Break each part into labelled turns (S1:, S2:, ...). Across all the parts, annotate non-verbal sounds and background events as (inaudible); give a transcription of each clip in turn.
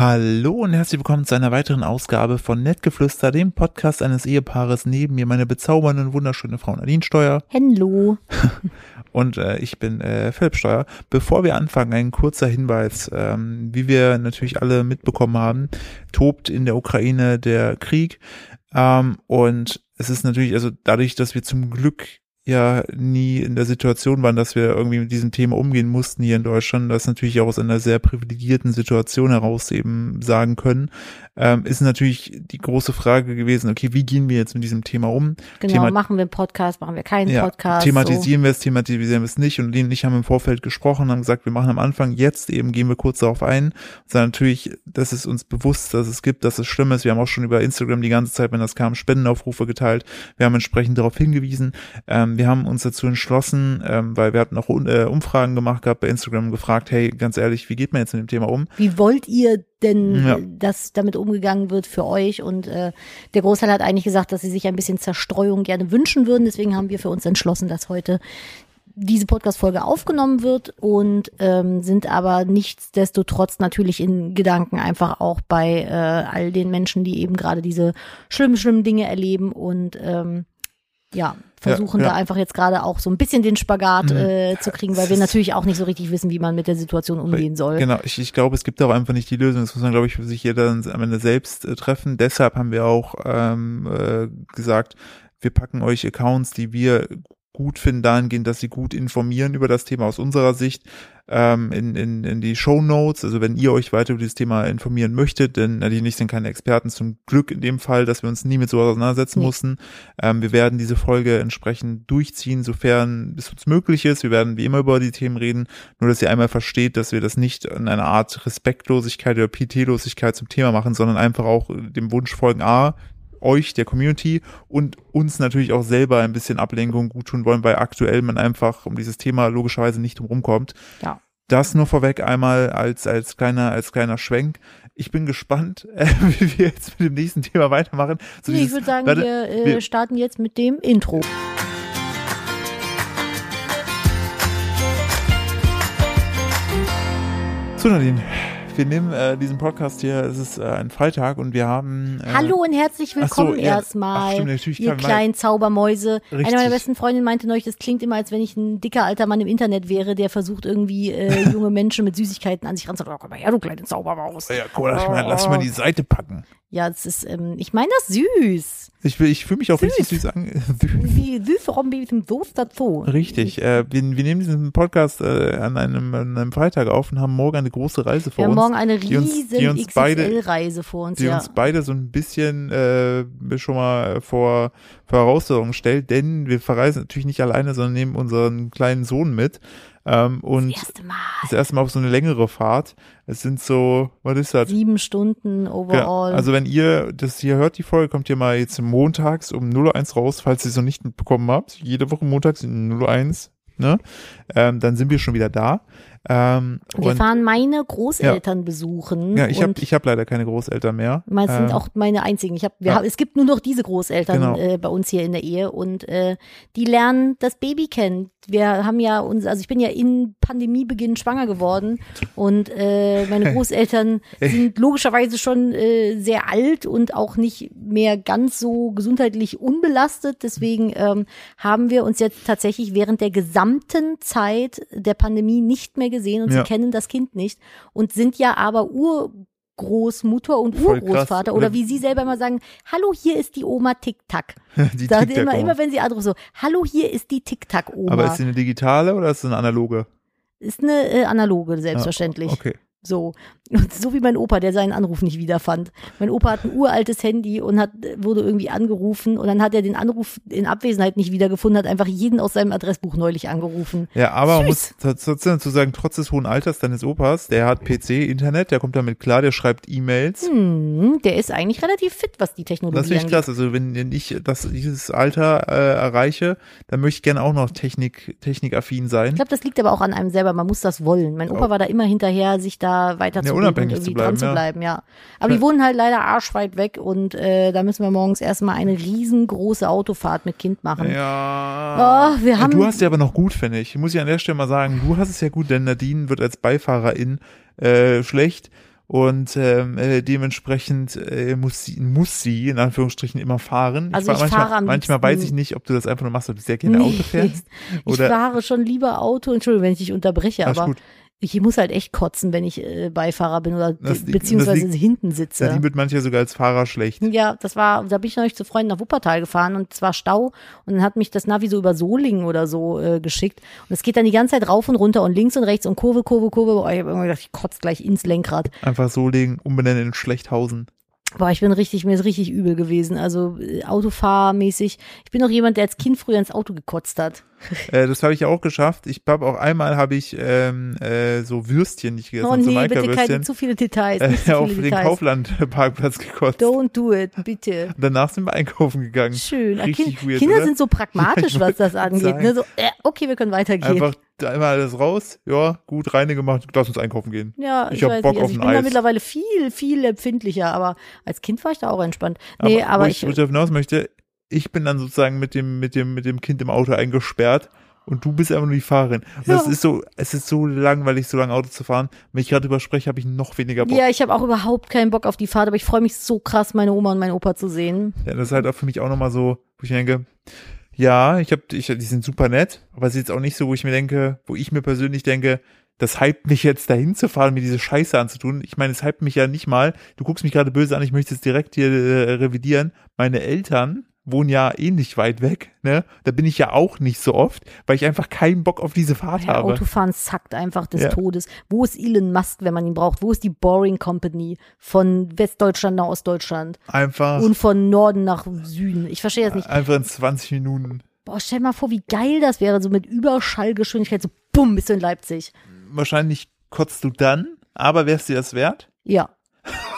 S1: Hallo und herzlich willkommen zu einer weiteren Ausgabe von Nettgeflüster, dem Podcast eines Ehepaares. Neben mir meine bezaubernde und wunderschöne Frau Nadine Steuer
S2: Henlo.
S1: und äh, ich bin äh, Philipp Steuer. Bevor wir anfangen, ein kurzer Hinweis. Ähm, wie wir natürlich alle mitbekommen haben, tobt in der Ukraine der Krieg. Ähm, und es ist natürlich, also dadurch, dass wir zum Glück ja nie in der Situation waren, dass wir irgendwie mit diesem Thema umgehen mussten hier in Deutschland, das natürlich auch aus einer sehr privilegierten Situation heraus eben sagen können, ähm, ist natürlich die große Frage gewesen, okay, wie gehen wir jetzt mit diesem Thema um?
S2: Genau,
S1: Thema-
S2: machen wir einen Podcast, machen wir keinen Podcast.
S1: thematisieren wir es, thematisieren wir es nicht. Und Lien und ich haben im Vorfeld gesprochen, haben gesagt, wir machen am Anfang jetzt eben, gehen wir kurz darauf ein. Sondern natürlich, das ist uns bewusst, dass es gibt, dass es schlimm ist. Wir haben auch schon über Instagram die ganze Zeit, wenn das kam, Spendenaufrufe geteilt. Wir haben entsprechend darauf hingewiesen. Ähm, wir haben uns dazu entschlossen, ähm, weil wir hatten auch Un- äh, Umfragen gemacht gehabt bei Instagram und gefragt, hey, ganz ehrlich, wie geht man jetzt mit dem Thema um?
S2: So. Wie wollt ihr denn,
S1: Ja.
S2: äh, dass damit umgegangen wird für euch? Und äh, der Großteil hat eigentlich gesagt, dass sie sich ein bisschen Zerstreuung gerne wünschen würden. Deswegen haben wir für uns entschlossen, dass heute diese Podcast-Folge aufgenommen wird und ähm, sind aber nichtsdestotrotz natürlich in Gedanken einfach auch bei äh, all den Menschen, die eben gerade diese schlimmen, schlimmen Dinge erleben und ähm, ja, versuchen
S1: Ja, ja.
S2: da einfach jetzt gerade auch so ein bisschen den Spagat
S1: Mhm.
S2: äh, zu kriegen, weil wir natürlich auch nicht so richtig wissen, wie man mit der Situation umgehen soll.
S1: Genau, ich, ich glaube, es gibt auch einfach nicht die Lösung. Das muss man, glaube ich, für sich jeder dann am Ende selbst äh, treffen. Deshalb haben wir auch ähm, äh, gesagt, wir packen euch Accounts, die wir gut finden, dahingehend, dass sie gut informieren über das Thema aus unserer Sicht, ähm, in, in, in die Show Notes. Also wenn ihr euch weiter über dieses Thema informieren möchtet, denn Nadine und ich sind keine Experten zum Glück in dem Fall, dass wir uns nie mit sowas auseinandersetzen
S2: Nee.
S1: mussten. Ähm, wir werden diese Folge entsprechend durchziehen, sofern es uns möglich ist. Wir werden wie immer über die Themen reden, nur dass ihr einmal versteht, dass wir das nicht in einer Art Respektlosigkeit oder Pietätlosigkeit zum Thema machen, sondern einfach auch äh, dem Wunsch folgen, A, euch, der Community und uns natürlich auch selber ein bisschen Ablenkung gut tun wollen, weil aktuell man einfach um dieses Thema logischerweise nicht drum rumkommt.
S2: Ja.
S1: Das nur vorweg einmal als, als kleiner, als kleiner Schwenk. Ich bin gespannt, (laughs) äh, wie wir jetzt mit dem nächsten Thema weitermachen. So
S2: Nee, ich
S1: dieses-
S2: würde sagen,
S1: warte,
S2: wir, äh,
S1: wir-
S2: starten jetzt mit dem Intro.
S1: So, Nadine, wir nehmen äh, diesen Podcast hier, es ist äh, ein Freitag und wir haben. Äh,
S2: Hallo und herzlich
S1: ach so,
S2: willkommen
S1: ja. Ach,
S2: erstmal,
S1: stimmt, natürlich,
S2: ihr
S1: kann man-
S2: kleinen Zaubermäuse.
S1: Richtig.
S2: Eine meiner besten Freundinnen meinte neulich, das klingt immer, als wenn ich ein dicker alter Mann im Internet wäre, der versucht
S1: (laughs)
S2: irgendwie äh, junge Menschen mit Süßigkeiten an sich ranzulocken. Oh, komm mal her, du kleine Zaubermaus.
S1: Ja, cool, lass, ich mal, lass ich
S2: Oh,
S1: mal die Seite packen.
S2: Ja, es ist, ähm, ich meine das süß.
S1: Ich, will- ich fühle mich auch richtig süß an.
S2: Wie süß Rombi mit dem Soß dazu.
S1: (laughs) Richtig. Äh, wir, wir nehmen diesen Podcast äh, an, einem, an einem Freitag auf und haben morgen eine große Reise vor
S2: Wir haben
S1: uns.
S2: morgen eine
S1: die uns-
S2: riesen
S1: die uns beide-
S2: XXL-Reise vor uns.
S1: die
S2: Ja.
S1: uns beide so ein bisschen äh, schon mal vor Voraussetzungen stellt, denn wir verreisen natürlich nicht alleine, sondern nehmen unseren kleinen Sohn mit ähm, und
S2: das erste Mal.
S1: das erste Mal auf so eine längere Fahrt. Es sind so, was ist das?
S2: Sieben Stunden
S1: Genau.
S2: overall.
S1: Also wenn ihr das hier hört, die Folge, kommt ihr mal jetzt montags um 01 raus, falls ihr es noch nicht mitbekommen habt. Jede Woche montags um 01, ne? Ähm, dann sind wir schon wieder da. Ähm,
S2: wir
S1: und
S2: fahren meine Großeltern besuchen.
S1: ja, ich
S2: und
S1: habe ich hab leider keine Großeltern mehr.
S2: Meins
S1: Ähm,
S2: sind auch meine einzigen. Ich hab, wir
S1: ja.
S2: haben, es gibt nur noch diese Großeltern
S1: Genau.
S2: äh, bei uns hier in der Ehe und äh, die lernen das Baby kennen. Wir haben ja uns, also ich bin ja in Pandemiebeginn schwanger geworden und äh,
S1: (laughs)
S2: meine Großeltern sind logischerweise schon äh, sehr alt und auch nicht mehr ganz so gesundheitlich unbelastet. Deswegen ähm, haben wir uns jetzt tatsächlich während der gesamten Zeit der Pandemie nicht mehr gesehen und
S1: Ja.
S2: sie kennen das Kind nicht und sind ja aber Ur Großmutter und
S1: Voll krass,
S2: Urgroßvater oder
S1: ne?
S2: wie sie selber immer sagen, hallo, hier ist die Oma Tic-Tac.
S1: (laughs) die
S2: Sagt
S1: tickt ja
S2: immer,
S1: kaum.
S2: immer wenn sie anruft, so, hallo, hier ist die Tic-Tac-Oma.
S1: Aber ist sie eine digitale oder ist sie eine analoge?
S2: ist eine äh, analoge, selbstverständlich.
S1: Ah, Okay.
S2: So. Und so wie mein Opa, der seinen Anruf nicht wiederfand. Mein Opa hat ein uraltes Handy und hat, wurde irgendwie angerufen und dann hat er den Anruf in Abwesenheit nicht wiedergefunden, hat einfach jeden aus seinem Adressbuch neulich angerufen.
S1: Ja, aber man muss
S2: Süß.
S1: tats- trotzdem dazu sagen, trotz des hohen Alters deines Opas, der hat PC, Internet, der kommt damit klar, der schreibt E-Mails.
S2: Hm, der ist eigentlich relativ fit, was die Technologie
S1: Das finde ich
S2: angeht.
S1: krass. Also wenn wenn ich das, dieses Alter äh, erreiche, dann möchte ich gerne auch noch Technik, technikaffin
S2: Ich
S1: sein.
S2: glaube, das liegt aber auch an einem selber. Man muss das wollen. Mein Opa
S1: Oh.
S2: war da immer hinterher, sich da weiterzubilden
S1: Ja,
S2: ja,
S1: unabhängig
S2: und irgendwie
S1: zu bleiben,
S2: dran zu
S1: ja.
S2: bleiben, ja. Aber die wohnen halt leider arschweit weg und äh, da müssen wir morgens erstmal eine riesengroße Autofahrt mit Kind machen.
S1: Ja.
S2: Oh, wir haben-
S1: Äh, du hast ja aber noch gut, finde ich. Muss ich an der Stelle mal sagen, du hast es ja gut, denn Nadine wird als Beifahrerin äh, schlecht und ähm, äh, dementsprechend äh, muss, sie, muss sie in Anführungsstrichen immer fahren.
S2: Also ich
S1: wa- manchmal,
S2: fahre am
S1: Manchmal
S2: liebsten-
S1: weiß ich nicht, ob du das einfach nur machst, ob du sehr gerne Auto fährst.
S2: (laughs) ich
S1: Oder
S2: fahre schon lieber Auto, Entschuldigung, wenn ich dich unterbreche,
S1: Alles
S2: aber
S1: gut.
S2: ich muss halt echt kotzen, wenn ich äh, Beifahrer bin oder
S1: Das liegt- das
S2: beziehungsweise
S1: liegt-
S2: hinten sitze.
S1: da liebet manche sogar als Fahrer schlecht.
S2: Ja, das war, da bin ich neulich zu Freunden nach Wuppertal gefahren und es war Stau und dann hat mich das Navi so über Solingen oder so äh, geschickt und es geht dann die ganze Zeit rauf und runter und links und rechts und Kurve, Kurve, Kurve. Boah, ich habe immer gedacht, ich kotze gleich ins Lenkrad.
S1: Einfach so legen, umbenennen in Schlechthausen.
S2: Boah, ich bin richtig, mir ist richtig übel gewesen. Also äh, autofahrmäßig. Ich bin auch jemand, der als Kind früher ins Auto gekotzt hat.
S1: Äh, das habe ich auch geschafft. Ich habe auch einmal habe ich ähm, äh, so Würstchen, die ich gegessen
S2: oh
S1: habe, so
S2: nee, bitte keine
S1: Maika-Würstchen, (laughs)
S2: zu viele Details. Nicht
S1: äh,
S2: zu
S1: auf
S2: viele
S1: den
S2: Details.
S1: Kaufland-Parkplatz gekotzt.
S2: Don't do it,
S1: (laughs)
S2: bitte.
S1: Danach sind wir einkaufen gegangen.
S2: Schön.
S1: Richtig
S2: Kind,
S1: weird,
S2: Kinder
S1: oder?
S2: sind
S1: (laughs)
S2: so pragmatisch, was das angeht.
S1: sagen.
S2: Ne? So, äh, okay, wir können weitergehen.
S1: Einfach einmal alles raus, ja, gut, reine gemacht, lass uns einkaufen gehen.
S2: Ja,
S1: Ich
S2: ich,
S1: hab
S2: weiß
S1: Bock
S2: nicht. Also
S1: auf
S2: ich
S1: ein
S2: bin da
S1: Eis.
S2: mittlerweile viel, viel empfindlicher, aber als Kind war ich da auch entspannt. Nee, aber,
S1: wo
S2: ich,
S1: wo ich darauf hinaus möchte, ich bin dann sozusagen mit dem, mit dem, mit dem Kind im Auto eingesperrt und du bist einfach nur die Fahrerin. Und das
S2: Ja.
S1: ist so, es ist so langweilig, so lange Auto zu fahren. Wenn ich gerade überspreche, habe ich noch weniger Bock.
S2: ja, ich habe auch überhaupt keinen Bock auf die Fahrt, aber ich freue mich so krass, meine Oma und meinen Opa zu sehen.
S1: Ja, das ist halt auch für mich auch nochmal so, wo ich mir denke, ja, ich habe, ich, die sind super nett, aber es ist jetzt auch nicht so, wo ich mir denke, wo ich mir persönlich denke, das hypt mich jetzt dahin zu fahren, mir diese Scheiße anzutun. Ich meine, es hypt mich ja nicht mal. Du guckst mich gerade böse an, ich möchte es direkt hier äh, revidieren. Meine Eltern wohnen ja ähnlich weit weg, ne? Da bin ich ja auch nicht so oft, weil ich einfach keinen Bock auf diese Fahrt
S2: Ja,
S1: habe.
S2: Autofahren zackt einfach des
S1: Ja.
S2: Todes. Wo ist Elon Musk, wenn man ihn braucht? Wo ist die Boring Company von Westdeutschland nach Ostdeutschland
S1: Einfach,
S2: und von Norden nach Süden? Ich verstehe das nicht.
S1: einfach in 20 Minuten.
S2: Boah, stell mal vor, wie geil das wäre, so mit Überschallgeschwindigkeit, so bumm, bist du in Leipzig.
S1: Wahrscheinlich kotzt du dann, aber wär's dir das wert?
S2: Ja.
S1: (laughs)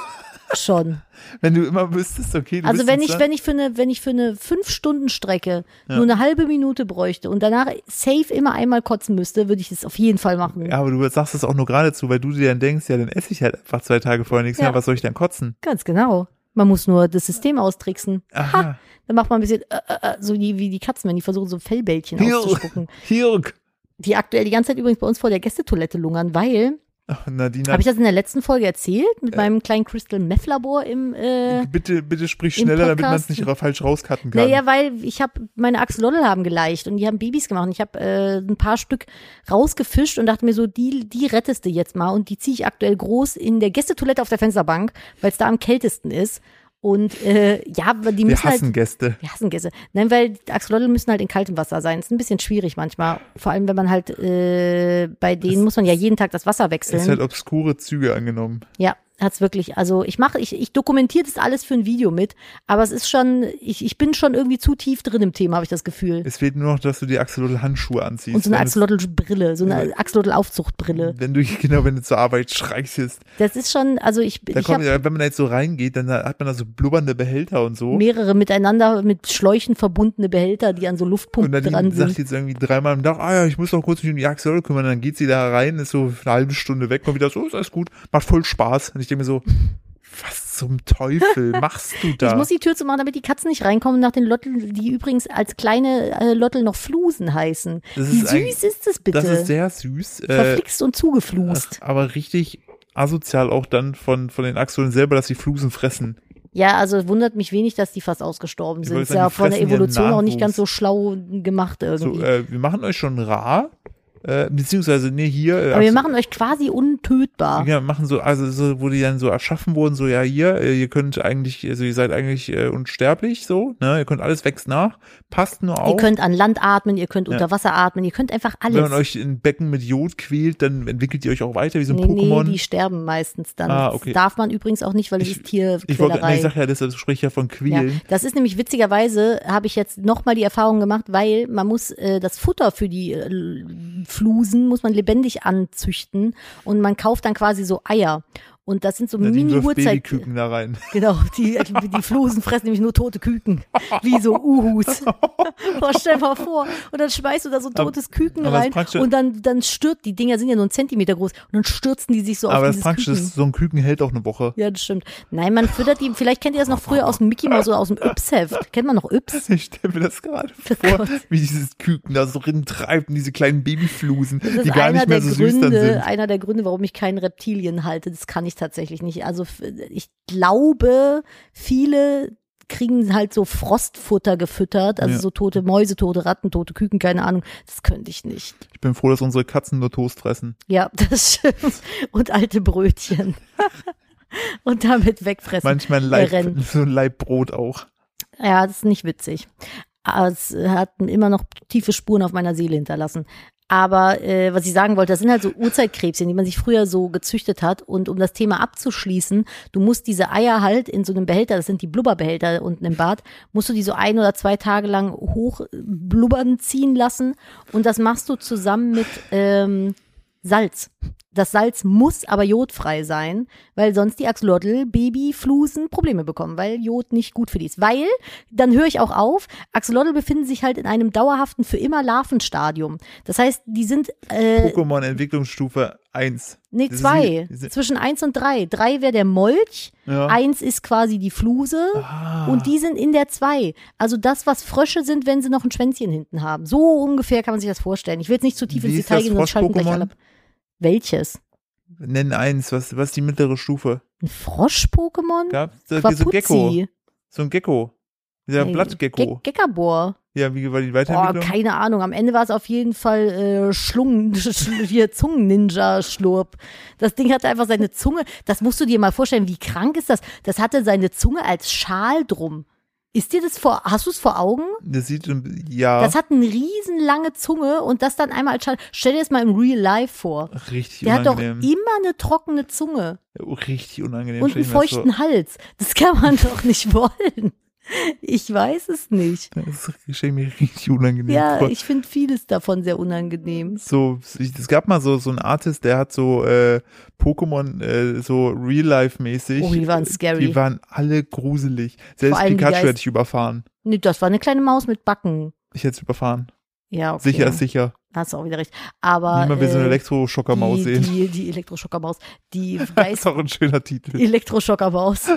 S2: Schon.
S1: Wenn du immer wüsstest, okay, du
S2: Also
S1: bist
S2: wenn
S1: jetzt ne?
S2: ich,
S1: da-
S2: wenn ich für eine, wenn ich für eine fünf Stunden Strecke nur eine halbe Minute bräuchte und danach safe immer einmal kotzen müsste, würde ich es auf jeden Fall machen.
S1: Ja, aber du sagst es auch nur geradezu, weil du dir dann denkst, ja, dann esse ich halt einfach zwei Tage vorher nichts
S2: Ja.
S1: mehr, was soll ich dann kotzen?
S2: Ganz genau. Man muss nur das System austricksen.
S1: Aha.
S2: Dann macht man ein bisschen äh, äh, äh, so die, wie die Katzen, wenn die versuchen, so Fellbällchen
S1: Hirk.
S2: auszuspucken.
S1: Hirk.
S2: Die aktuell die ganze Zeit übrigens bei uns vor der Gästetoilette lungern, weil,
S1: Ach, Nadine,
S2: habe ich das in der letzten Folge erzählt, mit meinem kleinen Crystal Meth Labor im äh,
S1: bitte, bitte sprich
S2: im
S1: schneller, damit man es
S2: Podcast-
S1: nicht ra- falsch rauscutten kann.
S2: Naja, weil ich habe meine Axolotl haben geleicht und die haben Babys gemacht. Und ich habe äh, ein paar Stück rausgefischt und dachte mir so, die, die rettest du jetzt mal und die ziehe ich aktuell groß in der Gästetoilette auf der Fensterbank, weil es da am kältesten ist. Und äh, ja, aber die
S1: Wir
S2: müssen
S1: hassen
S2: halt.
S1: Gäste.
S2: Wir hassen Gäste. Nein, weil die Axolotl müssen halt in kaltem Wasser sein. Ist ein bisschen schwierig manchmal. Vor allem, wenn man halt äh, bei denen muss man ja jeden Tag das Wasser wechseln.
S1: Es hat obskure Züge angenommen.
S2: Ja, hat's wirklich. Also ich mache, ich, ich dokumentiere das alles für ein Video mit, aber es ist schon, ich, ich bin schon irgendwie zu tief drin im Thema, habe ich das Gefühl.
S1: Es fehlt nur noch, dass du die Axolotl-Handschuhe anziehst.
S2: Und so eine
S1: wenn es-
S2: Axolotl-Brille, so eine Axolotl-Aufzuchtbrille.
S1: Wenn du, (laughs) genau, wenn du zur Arbeit schreichst.
S2: Das ist schon, also ich,
S1: Da
S2: ich
S1: kommt,
S2: habe
S1: ja, wenn man da jetzt so reingeht, dann hat man da so blubbernde Behälter und so.
S2: mehrere miteinander mit Schläuchen verbundene Behälter, die an so
S1: Und
S2: Luftpumpen
S1: dann
S2: dran
S1: sagt
S2: sind.
S1: jetzt irgendwie dreimal am Tag, ah ja, ich muss noch kurz mich um die Axolotl kümmern. Dann geht sie da rein, ist so eine halbe Stunde weg, kommt wieder so, ist alles gut, macht voll Spaß. Und ich denke mir so, was zum
S2: (laughs)
S1: Teufel machst du da?
S2: Ich muss die Tür zu machen, damit die Katzen nicht reinkommen nach den Lotteln, die übrigens als kleine äh, Lottel noch Flusen heißen.
S1: Das
S2: Wie
S1: ist ein-
S2: süß ist das bitte?
S1: das ist sehr süß, äh,
S2: Verflixt und zugeflust.
S1: aber richtig asozial auch dann von, von den Axolotl selber, dass sie Flusen fressen.
S2: Ja, also wundert mich wenig, dass die fast ausgestorben
S1: Ich
S2: sind.
S1: wollte
S2: Ist
S1: sagen,
S2: ja
S1: die
S2: von der
S1: fressen ihren
S2: Evolution auch nicht
S1: Nachwuchs.
S2: ganz so schlau gemacht
S1: So,
S2: irgendwie.
S1: äh, wir machen euch schon rar, äh, beziehungsweise, nee, hier. Äh,
S2: Aber wir
S1: Axolotl-
S2: machen euch quasi untötbar.
S1: Ja, machen so, also so, wo die dann so erschaffen wurden, so ja hier, äh, ihr könnt eigentlich, also ihr seid eigentlich äh, unsterblich, so, ne, ihr könnt alles wächst nach, passt nur
S2: Ihr
S1: auf.
S2: könnt an Land atmen, ihr könnt unter Wasser atmen, ihr könnt einfach
S1: Wenn man
S2: alles.
S1: euch in Becken mit Jod quält, dann entwickelt ihr euch auch weiter wie so ein
S2: Nee, nee,
S1: Pokémon.
S2: die sterben meistens dann.
S1: Ah, okay.
S2: Das darf man übrigens auch nicht, weil es
S1: Ich-
S2: ist
S1: ich wollte, nee,
S2: Tierquälerei.
S1: ich sag ja, deshalb spreche ich ja von
S2: ja,
S1: Quälen.
S2: das ist nämlich witzigerweise, habe ich jetzt nochmal die Erfahrung gemacht, weil man muss äh, das Futter für die äh, L- Flusen, muss man lebendig anzüchten und man kauft dann quasi so Eier. Und das sind so
S1: Ja, die wirft
S2: Mini-Uhrzeit.
S1: Babyküken da rein.
S2: Genau, die, die Flusen fressen nämlich nur tote Küken. Wie
S1: (laughs)
S2: so Uhus. Boah, stell mal vor. Und dann schmeißt du da so ein totes Küken
S1: aber das
S2: rein
S1: Praktische-
S2: und dann, dann stürzt, die Dinger sind ja nur einen Zentimeter groß und dann stürzen die sich so
S1: Aber
S2: auf
S1: das
S2: dieses
S1: Praktische
S2: Küken.
S1: ist, so ein Küken hält auch eine Woche.
S2: Ja, das stimmt. Nein, man füttert die, vielleicht kennt ihr das noch
S1: Oh,
S2: früher aus dem Mickey Mouse oder aus dem Yps-Heft. Kennt man noch
S1: (laughs)
S2: Yps?
S1: Ich stelle mir das gerade vor,
S2: Oh Gott.
S1: wie dieses Küken da so rinnen treibt und diese kleinen Babyflusen,
S2: Das
S1: die
S2: ist
S1: gar
S2: einer
S1: nicht mehr
S2: der
S1: so süß dann
S2: Gründe,
S1: sind.
S2: einer der Gründe, warum ich keinen Reptilien halte. Das kann ich tatsächlich nicht. Also f- ich glaube, viele kriegen halt so Frostfutter gefüttert, also
S1: Ja.
S2: so tote Mäuse, tote Ratten, tote Küken, keine Ahnung. Das könnte ich nicht.
S1: Ich bin froh, dass unsere Katzen nur Toast fressen.
S2: Ja, (laughs) das stimmt. Und alte Brötchen. (laughs) Und damit wegfressen.
S1: Manchmal ein Leib, (laughs)
S2: rennen.
S1: so ein Leibbrot auch.
S2: Ja, das ist nicht witzig. Aber es hat immer noch tiefe Spuren auf meiner Seele hinterlassen. Aber äh, was ich sagen wollte, das sind halt so Urzeitkrebschen, die man sich früher so gezüchtet hat. Und um das Thema abzuschließen, du musst diese Eier halt in so einem Behälter, das sind die Blubberbehälter unten im Bad, musst du die so ein oder zwei Tage lang hoch äh, blubbern ziehen lassen. Und das machst du zusammen mit ähm, Salz. Das Salz muss aber jodfrei sein, weil sonst die Axolotl Babyflusen Probleme bekommen, weil Jod nicht gut für die ist. Weil, dann höre ich auch auf, Axolotl befinden sich halt in einem dauerhaften, für immer Larvenstadium. Das heißt, die sind, äh,
S1: Pokémon Entwicklungsstufe 1.
S2: nee,
S1: Das sind
S2: zwei.
S1: die- diese-
S2: zwischen eins und drei. Drei wäre der Molch,
S1: Ja. Ah.
S2: eins ist quasi die Fluse. Und die sind in der zwei. Also das, was Frösche sind, wenn sie noch ein Schwänzchen hinten haben. So ungefähr kann man sich das vorstellen. Ich will jetzt nicht zu tief
S1: Wie
S2: ins
S1: ist
S2: Detail
S1: das
S2: gehen, sonst schalten gleich
S1: Frosch-Pokémon?
S2: alle ab. Welches?
S1: Nenn eins, was, was ist die mittlere Stufe?
S2: Ein Frosch-Pokémon?
S1: Gab's da so ein Gecko?
S2: Quapuzzi.
S1: So ein Gecko. Dieser
S2: Nee,
S1: Blattgecko.
S2: Ge- Gekabor.
S1: ja, wie war die
S2: Boah,
S1: Weiterentwicklung?
S2: keine Ahnung. Am Ende war es auf jeden Fall äh, Schlungen, (laughs) schl- hier Zungen-Ninja-Schlurp. Das Ding hatte einfach seine Zunge. Das musst du dir mal vorstellen, wie krank ist das? Das hatte seine Zunge als Schal drum. Ist dir das vor, hast du es vor Augen?
S1: das sieht, ein- ja,
S2: Das hat eine riesenlange Zunge und das dann einmal als Schal. Stell dir das mal im Real Life vor.
S1: richtig
S2: Der hat doch
S1: unangenehm.
S2: immer eine trockene Zunge.
S1: Oh, richtig unangenehm.
S2: und
S1: stell
S2: einen
S1: ich mir das
S2: feuchten Hals. Das kann man doch nicht wollen. Ich weiß es nicht.
S1: So, (laughs) das stelle ich mir richtig unangenehm
S2: Ja,
S1: vor.
S2: ich finde vieles davon sehr unangenehm.
S1: so, ich- es gab mal so, so einen Artist, der hat so äh, Pokémon äh, so real-life-mäßig. äh,
S2: Oh, die waren scary.
S1: Die waren alle gruselig. Selbst
S2: Vor allem die
S1: Pikachu
S2: Geist-
S1: hätte ich überfahren.
S2: Nee, das war eine kleine Maus mit Backen.
S1: Ich hätte es überfahren.
S2: Ja, okay.
S1: Sicher ist sicher.
S2: Hast du auch wieder recht. Aber äh,
S1: Niemand will so eine Elektroschockermaus
S2: die,
S1: sehen.
S2: Die, die Elektroschockermaus.
S1: (laughs)
S2: Die
S1: Das (laughs) ist
S2: Geist
S1: auch ein schöner Titel. (laughs)
S2: Elektroschockermaus.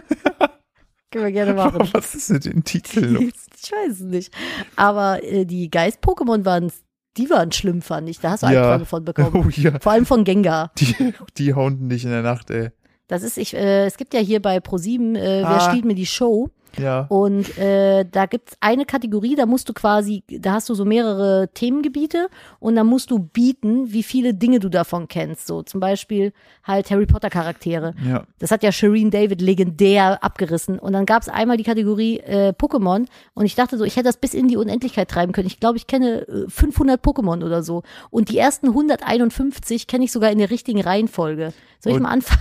S2: Können wir gerne machen.
S1: Was ist mit den Titeln? los?
S2: (laughs) Ich weiß es nicht. Aber äh, die Geist-Pokémon waren, die waren schlimm, fand ich. Da hast du
S1: Ja.
S2: Albträume
S1: (laughs)
S2: von bekommen.
S1: (laughs) Oh ja,
S2: Vor allem von Gengar.
S1: die, die hauen dich in der Nacht, ey.
S2: Das ist, ich, äh, es gibt ja hier bei ProSieben, äh,
S1: Ah.
S2: wer stiehlt mir die Show?
S1: Ja.
S2: Und äh, da gibt's eine Kategorie, da musst du quasi, da hast du so mehrere Themengebiete und da musst du bieten, wie viele Dinge du davon kennst. So zum Beispiel halt Harry Potter Charaktere.
S1: Ja.
S2: Das hat ja Shireen David legendär abgerissen. Und dann gab's einmal die Kategorie äh, Pokémon. Und ich dachte so, ich hätte das bis in die Unendlichkeit treiben können. Ich glaube, ich kenne äh, 500 Pokémon oder so. Und die ersten 151 kenne ich sogar in der richtigen Reihenfolge. Soll ich
S1: Und-
S2: mal anfangen?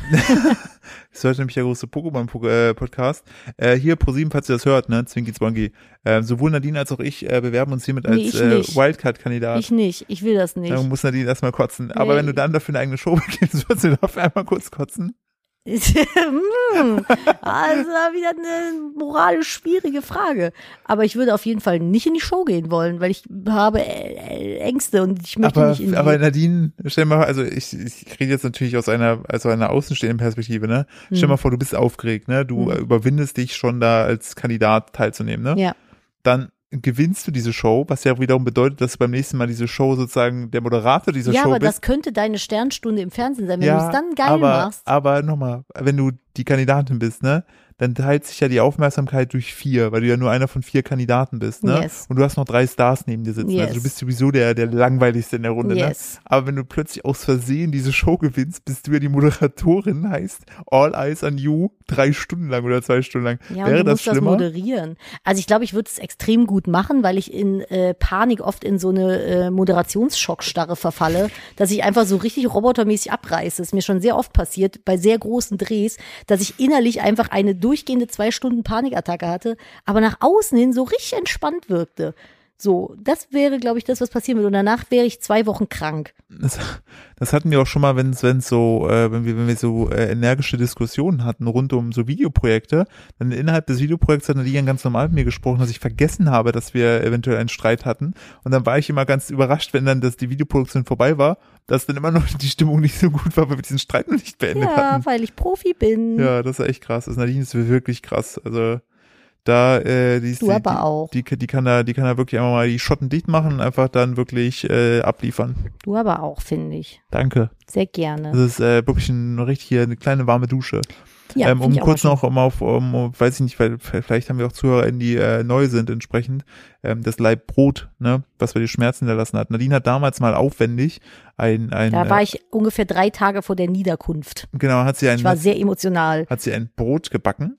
S1: Das ist heute nämlich der große Pokémon-Podcast. Äh, hier, ProSieben, falls ihr das hört, ne, Zwinky Zwanky. Äh, sowohl Nadine als auch ich äh, bewerben uns hiermit als
S2: Nee, ich
S1: äh,
S2: nicht.
S1: Wildcard-Kandidat.
S2: Ich nicht. Ich will das nicht.
S1: Da muss Nadine erstmal kotzen. Aber
S2: Nee.
S1: wenn du dann dafür eine eigene Show (laughs) beginnst, würdest du dafür einmal kurz kotzen.
S2: (laughs) Hm, also war wieder eine moralisch schwierige Frage. Aber ich würde auf jeden Fall nicht in die Show gehen wollen, weil ich habe äh, äh, Ängste und ich möchte
S1: Aber,
S2: nicht in die
S1: aber Nadine, stell mal, also ich, ich rede jetzt natürlich aus einer, also einer außenstehenden Perspektive, ne? Stell
S2: Hm.
S1: mal vor, du bist aufgeregt, ne? Du äh, überwindest dich schon da als Kandidat teilzunehmen, ne?
S2: Ja.
S1: Dann gewinnst du diese Show, was ja wiederum bedeutet, dass du beim nächsten Mal diese Show sozusagen der Moderator dieser
S2: Ja,
S1: Show
S2: aber
S1: bist.
S2: das könnte deine Sternstunde im Fernsehen sein, wenn du es dann geil
S1: aber,
S2: machst.
S1: Aber nochmal, wenn du die Kandidatin bist, ne? Dann teilt sich ja die Aufmerksamkeit durch vier, weil du ja nur einer von vier Kandidaten bist, ne?
S2: Yes.
S1: Und du hast noch drei Stars neben dir sitzen. Also
S2: Yes.
S1: du bist sowieso der, der langweiligste in der Runde,
S2: Yes.
S1: ne? Aber wenn du plötzlich aus Versehen diese Show gewinnst, bist du ja die Moderatorin, heißt All Eyes on You drei Stunden lang oder zwei Stunden lang.
S2: Ja, und
S1: Wäre
S2: du
S1: das
S2: musst das
S1: schlimmer?
S2: moderieren. Also ich glaube, ich würde es extrem gut machen, weil ich in äh, Panik oft in so eine äh, Moderationsschockstarre verfalle, dass ich einfach so richtig robotermäßig abreiße. Ist mir schon sehr oft passiert, bei sehr großen Drehs, dass ich innerlich einfach eine durchgehende zwei Stunden Panikattacke hatte, aber nach außen hin so richtig entspannt wirkte. So, das wäre, glaube ich, das, was passieren würde. Und danach wäre ich zwei Wochen krank.
S1: Das, das hatten wir auch schon mal, wenn wenn so, äh, wenn wir, wenn wir so äh, energische Diskussionen hatten rund um so Videoprojekte, dann innerhalb des Videoprojekts hat Nadine ganz normal mit mir gesprochen, dass ich vergessen habe, dass wir eventuell einen Streit hatten. Und dann war ich immer ganz überrascht, wenn dann das die Videoproduktion vorbei war, dass dann immer noch (laughs) die Stimmung nicht so gut war, weil wir diesen Streit noch nicht beendet
S2: Ja,
S1: hatten.
S2: weil ich Profi bin.
S1: Ja, das ist echt krass. Also Nadine ist wirklich krass. Also Da, äh, die, ist-
S2: Du
S1: die,
S2: aber auch.
S1: Die, die, die kann da, die kann da wirklich einmal mal die Schotten dicht machen und einfach dann wirklich äh, abliefern.
S2: Du aber auch, finde ich.
S1: Danke.
S2: Sehr gerne.
S1: Das ist äh, wirklich ein, richtig hier eine kleine warme Dusche.
S2: Ja,
S1: ähm,
S2: finde
S1: um
S2: ich auch
S1: kurz
S2: mal
S1: noch um auf, um, um- weiß ich nicht, weil vielleicht haben wir auch ZuhörerInnen, die äh, neu sind entsprechend, ähm, das Leib Brot, ne, was bei dir Schmerzen hinterlassen hat. Nadine hat damals mal aufwendig ein, ein
S2: schön. Da war
S1: äh,
S2: ich ungefähr drei Tage vor der Niederkunft.
S1: genau, hat sie ein,
S2: Ich war sehr emotional.
S1: hat sie ein Brot gebacken.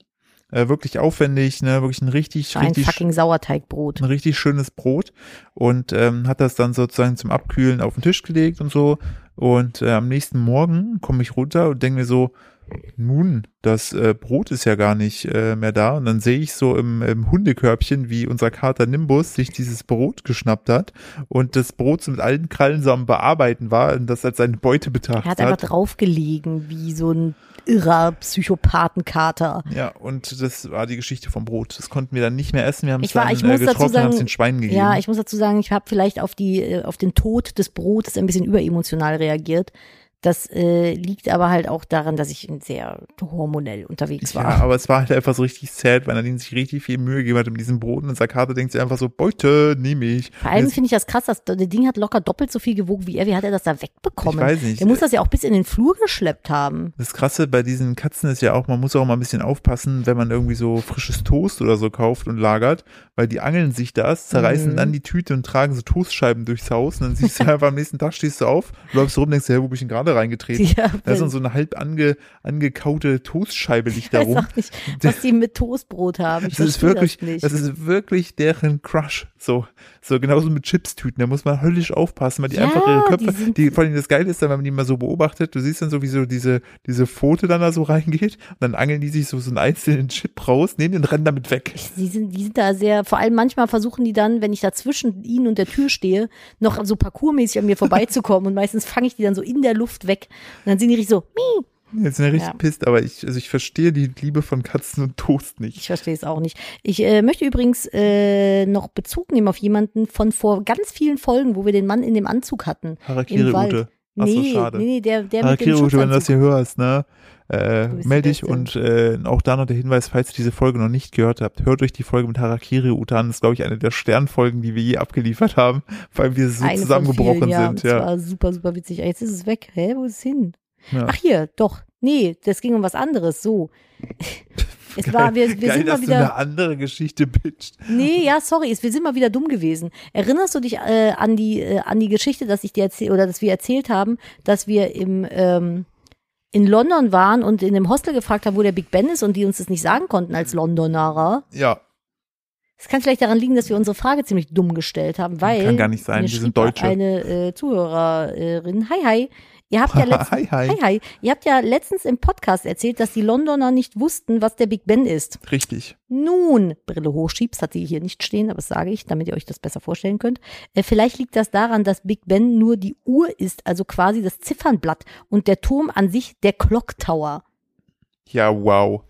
S1: Äh, wirklich aufwendig, ne, wirklich ein richtig,
S2: Ein
S1: richtig
S2: fucking Sauerteigbrot.
S1: ein richtig schönes Brot und ähm, hat das dann sozusagen zum Abkühlen auf den Tisch gelegt und so. Und äh, am nächsten Morgen komme ich runter und denke mir so, nun, das äh, Brot ist ja gar nicht äh, mehr da. Und dann sehe ich so im, im Hundekörbchen, wie unser Kater Nimbus sich dieses Brot geschnappt hat und das Brot so mit allen Krallen so am Bearbeiten war und das als seine Beute betrachtet
S2: Er hat einfach draufgelegen, wie so ein irrer Psychopathenkater.
S1: Ja, und das war die Geschichte vom Brot. Das konnten wir dann nicht mehr essen. Wir haben es
S2: Ich war-
S1: dann
S2: ich
S1: äh,
S2: muss dazu
S1: getrocknet und haben es
S2: sagen-
S1: den Schweinen gegeben.
S2: Ja, ich muss dazu sagen, ich habe vielleicht auf die, äh, auf den Tod des Brotes ein bisschen überemotional reagiert. Das äh, liegt aber halt auch daran, dass ich sehr hormonell unterwegs
S1: Ja,
S2: war.
S1: aber es war halt einfach so richtig sad, weil Nadine sich richtig viel Mühe gegeben hat mit diesem Brot und in Karte denkt sie einfach so, Beute, nehme ich.
S2: Vor allem
S1: Und
S2: finde ich das krass, dass das Ding hat locker doppelt so viel gewogen wie er. Wie hat er das da wegbekommen?
S1: Ich weiß nicht.
S2: Er muss das ja auch bis in den Flur geschleppt haben.
S1: Das Krasse bei diesen Katzen ist ja auch, man muss auch mal ein bisschen aufpassen, wenn man irgendwie so frisches Toast oder so kauft und lagert, weil die angeln sich das, zerreißen
S2: Mhm.
S1: dann die Tüte und tragen so Toastscheiben durchs Haus und dann siehst du (laughs) einfach am nächsten Tag stehst du auf, läufst rum, denkst dir, hey, wo bin ich denn gerade reingetreten?
S2: (laughs) Ja,
S1: Da ist dann so eine halb ange, angekaute Toastscheibe liegt
S2: ich
S1: da
S2: (laughs) weiß
S1: rum.
S2: auch nicht, was die mit Toastbrot haben. Ich
S1: Das ist
S2: verstehe
S1: wirklich,
S2: das
S1: das,
S2: nicht.
S1: ist wirklich deren Crush. So, so genauso mit Chipstüten. Da muss man höllisch aufpassen, weil die
S2: Ja,
S1: einfach ihre
S2: die
S1: Köpfe, die,
S2: sind-
S1: vor allem das Geile ist dann, wenn man die mal so beobachtet, du siehst dann sowieso diese, diese Pfote dann da so reingeht und dann angeln die sich so, so einen einzelnen Chip raus, nehmen den rennen damit weg.
S2: Die sind, die sind da sehr, vor allem manchmal versuchen die dann, wenn ich da zwischen ihnen und der Tür stehe, noch so parkourmäßig an mir vorbeizukommen und meistens fange ich die dann so in der Luft weg und dann sind die richtig so, mie.
S1: Jetzt sind wir richtig
S2: Ja.
S1: pisst, aber ich, also ich verstehe die Liebe von Katzen und Toast nicht.
S2: ich verstehe es auch nicht. Ich äh, möchte übrigens äh, noch Bezug nehmen auf jemanden von vor ganz vielen Folgen, wo wir den Mann in dem Anzug hatten.
S1: Harakiri
S2: Im Wald.
S1: Ute. Ach so,
S2: Nee,
S1: schade.
S2: nee, nee, der, der mit
S1: Harakiri
S2: dem
S1: Ute, wenn du
S2: Schutzanzug.
S1: das hier hörst, ne? Äh,
S2: Du bist die
S1: meld dich
S2: Beste.
S1: und äh, auch da noch der Hinweis, falls ihr diese Folge noch nicht gehört habt, hört euch die Folge mit Harakiri Ute an. Das ist, glaube ich, eine der Sternfolgen, die wir je abgeliefert haben, (laughs) weil wir so
S2: Eine von
S1: zusammengebrochen
S2: vielen, ja.
S1: sind.
S2: Das
S1: Ja.
S2: war super, super witzig. Jetzt ist es weg. Hä, wo ist es hin?
S1: Ja.
S2: Ach hier, doch. Nee, das ging um was anderes.
S1: (laughs)
S2: So. Es war, wir, wir
S1: Geil,
S2: sind
S1: dass
S2: mal
S1: du
S2: wieder.
S1: eine andere Geschichte pitcht.
S2: Nee, ja, sorry, es- wir sind mal wieder dumm gewesen. Erinnerst du dich äh, an die äh, an die Geschichte, dass ich dir erzähl oder dass wir erzählt haben, dass wir im ähm, in London waren und in dem Hostel gefragt haben, wo der Big Ben ist und die uns das nicht sagen konnten als Londonerer?
S1: Ja,
S2: Es kann vielleicht daran liegen, dass wir unsere Frage ziemlich dumm gestellt haben, weil.
S1: Kann gar nicht sein,
S2: mir
S1: wir sind
S2: schrieb
S1: Deutsche.
S2: Eine äh, Zuhörerin. Hi, hi. Ihr
S1: (laughs)
S2: habt ja letztens.
S1: Hi, hi.
S2: hi, hi. Ihr habt ja letztens im Podcast erzählt, dass die Londoner nicht wussten, was der Big Ben ist.
S1: richtig.
S2: Nun, Brille hochschiebst, hat sie hier nicht stehen, aber das sage ich, damit ihr euch das besser vorstellen könnt. Äh, vielleicht liegt das daran, dass Big Ben nur die Uhr ist, also quasi das Ziffernblatt und der Turm an sich der Clock Tower.
S1: Ja, wow.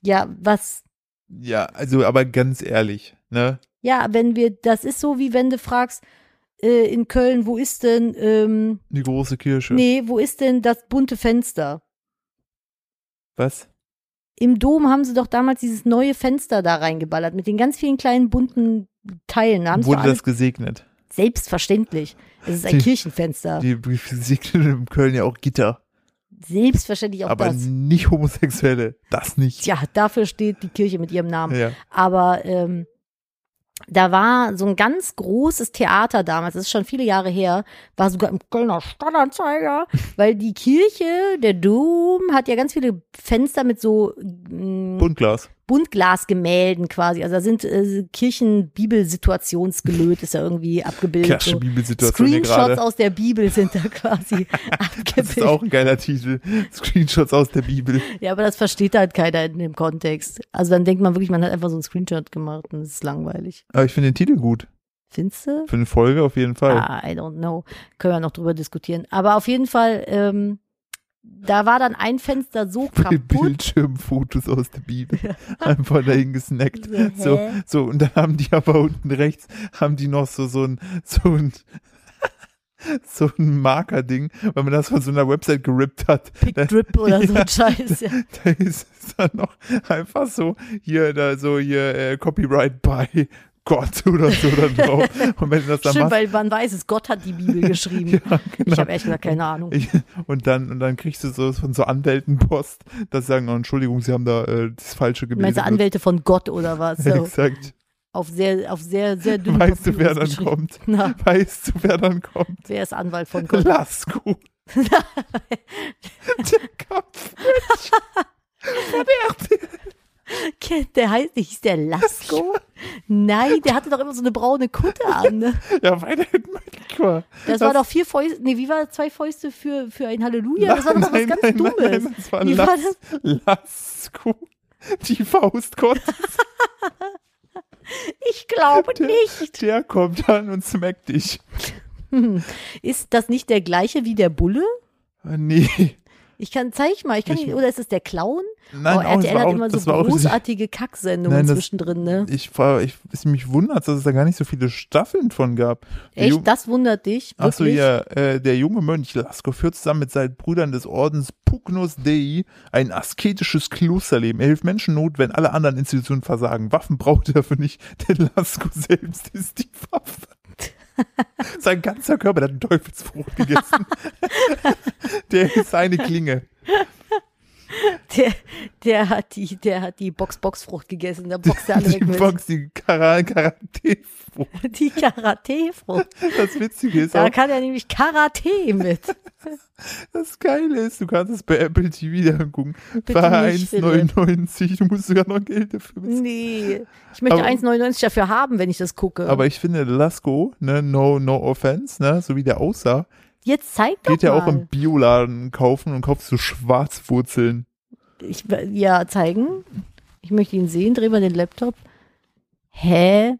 S2: Ja, was?
S1: Ja, also aber ganz ehrlich, ne?
S2: Ja, wenn wir, das ist so, wie wenn du fragst, äh, in Köln, wo ist denn, ähm,
S1: Die große Kirche.
S2: nee, wo ist denn das bunte Fenster?
S1: Was?
S2: Im Dom haben sie doch damals dieses neue Fenster da reingeballert mit den ganz vielen kleinen bunten Teilen. Da haben sie doch
S1: Wurde
S2: alles,
S1: das gesegnet?
S2: selbstverständlich.
S1: (laughs)
S2: Es ist ein
S1: Die-
S2: Kirchenfenster.
S1: Die, (laughs) die segnen in Köln ja auch Gitter.
S2: Selbstverständlich auch
S1: aber
S2: das.
S1: nicht Homosexuelle. Das nicht.
S2: Tja, dafür steht die Kirche mit ihrem Namen.
S1: ja.
S2: Aber ähm, da war so ein ganz großes Theater damals, das ist schon viele Jahre her, war sogar im
S1: (laughs)
S2: Kölner Stadtanzeiger, weil die Kirche, der Dom, hat ja ganz viele Fenster mit so mh,
S1: Buntglas.
S2: Buntglasgemälden quasi. Also da sind äh, Kirchenbibelsituationsgelöt, ist ja irgendwie abgebildet.
S1: Klassische
S2: So.
S1: Bibelsituation hier
S2: Screenshots
S1: gerade.
S2: aus der Bibel sind da quasi
S1: (laughs) Das ist
S2: abgebildet.
S1: auch ein geiler Titel. Screenshots aus der Bibel.
S2: Ja, aber das versteht halt keiner in dem Kontext. Also dann denkt man wirklich, man hat einfach so einen Screenshot gemacht und es ist langweilig.
S1: Aber ich finde den Titel gut.
S2: Findest du?
S1: Für eine Folge auf jeden Fall.
S2: Ah, I don't know. Können wir noch drüber diskutieren. Aber auf jeden Fall, ähm, da war dann ein Fenster
S1: (laughs)
S2: so
S1: Die
S2: kaputt.
S1: Bildschirmfotos aus der Bibel. Einfach dahin gesnackt.
S2: So, hä?
S1: So, so, und dann haben die aber unten rechts, haben die noch so, so ein, so ein, (laughs) so ein Markerding, weil man das von so einer Website gerippt hat. (laughs)
S2: Pick Drip oder so ein Scheiß, ja.
S1: Da ist es dann noch einfach so, hier, da so, hier, äh, Copyright by (laughs) Gott oder so dann
S2: (laughs)
S1: drauf. Und wenn du das dann
S2: Schön,
S1: machst,
S2: weil man weiß es, Gott hat die Bibel geschrieben.
S1: (laughs) ja,
S2: Ich
S1: genau.
S2: habe ehrlich gesagt keine Ahnung.
S1: Ich, und dann, und dann kriegst du so von so Anwältenpost, dass sie sagen, oh, Entschuldigung, sie haben da äh, das Falsche gelesen.
S2: Meinst du
S1: (laughs)
S2: Anwälte von Gott oder was? So,
S1: Exakt.
S2: auf sehr, auf sehr, sehr dünnem
S1: Weißt du,
S2: Papier
S1: wer dann
S2: ausgeschrieben.
S1: kommt?
S2: (laughs) Na,
S1: Weißt du, wer dann kommt?
S2: wer ist Anwalt von Oh Gott? (laughs)
S1: Lasko. Der Kopf.
S2: Der heißt, hieß der Lasko? Nein, der hatte doch immer so eine braune Kutte an. Ne?
S1: Ja, weiterhin manchmal.
S2: Das war doch vier Fäuste, nee, wie war zwei Fäuste für, für ein Halleluja? Das war doch was
S1: nein,
S2: ganz
S1: nein,
S2: Dummes.
S1: Nein, nein, das war,
S2: Wie
S1: Las,
S2: war
S1: Lasko. Die Faust Gottes.
S2: Ich glaube
S1: Der,
S2: (laughs) nicht.
S1: der kommt dann und smackt dich.
S2: Hm. Ist das nicht der gleiche wie der Bulle?
S1: Äh, Nee.
S2: Ich kann, zeig mal, ich kann
S1: Ich-
S2: nicht, oder ist es der Clown?
S1: Nein,
S2: oh,
S1: auch, das
S2: RTL
S1: war
S2: hat
S1: auch,
S2: immer
S1: das
S2: so
S1: war auch
S2: großartige Kacksendungen
S1: Nein, das-
S2: zwischendrin, ne?
S1: ich, war, ich es mich wundert, dass es da gar nicht so viele Staffeln von gab. Der Ju-
S2: Echt, das wundert dich. Wirklich?
S1: Ach so, ja, äh, der junge Mönch Lasko führt zusammen mit seinen Brüdern des Ordens Pugnus Dei ein asketisches Klosterleben. Er hilft Menschen Not, wenn alle anderen Institutionen versagen. Waffen braucht er dafür nicht, (laughs) denn Lasko selbst ist die
S2: (laughs)
S1: Waffe. Sein ganzer Körper der hat einen Teufelsfrucht
S2: (laughs)
S1: gegessen. der ist eine Klinge.
S2: (laughs) Der, der hat die, der hat die Box-Box-Frucht gegessen, da boxt er alle
S1: Die
S2: weg mit.
S1: Box, die Kara- Karate-Frucht.
S2: (laughs) Die Karate-Frucht.
S1: Das Witzige ist
S2: Da
S1: auch,
S2: kann er nämlich Karate
S1: (laughs)
S2: mit.
S1: Das Geile ist, du kannst es bei Apple TV dann gucken.
S2: Bitte
S1: Für
S2: nicht, Philipp.
S1: 1,99, du musst sogar noch Geld dafür bezahlen.
S2: Nee. Ich möchte
S1: Aber-
S2: 1,99 dafür haben, wenn ich das gucke.
S1: Aber ich finde, Lasko, ne, no, no offense, ne, so wie der aussah,
S2: Jetzt zeig doch
S1: geht ja
S2: mal.
S1: auch im Bioladen kaufen und kaufst so Schwarzwurzeln.
S2: ich, ja, zeigen. Ich möchte ihn sehen. Dreh mal den Laptop. Hä?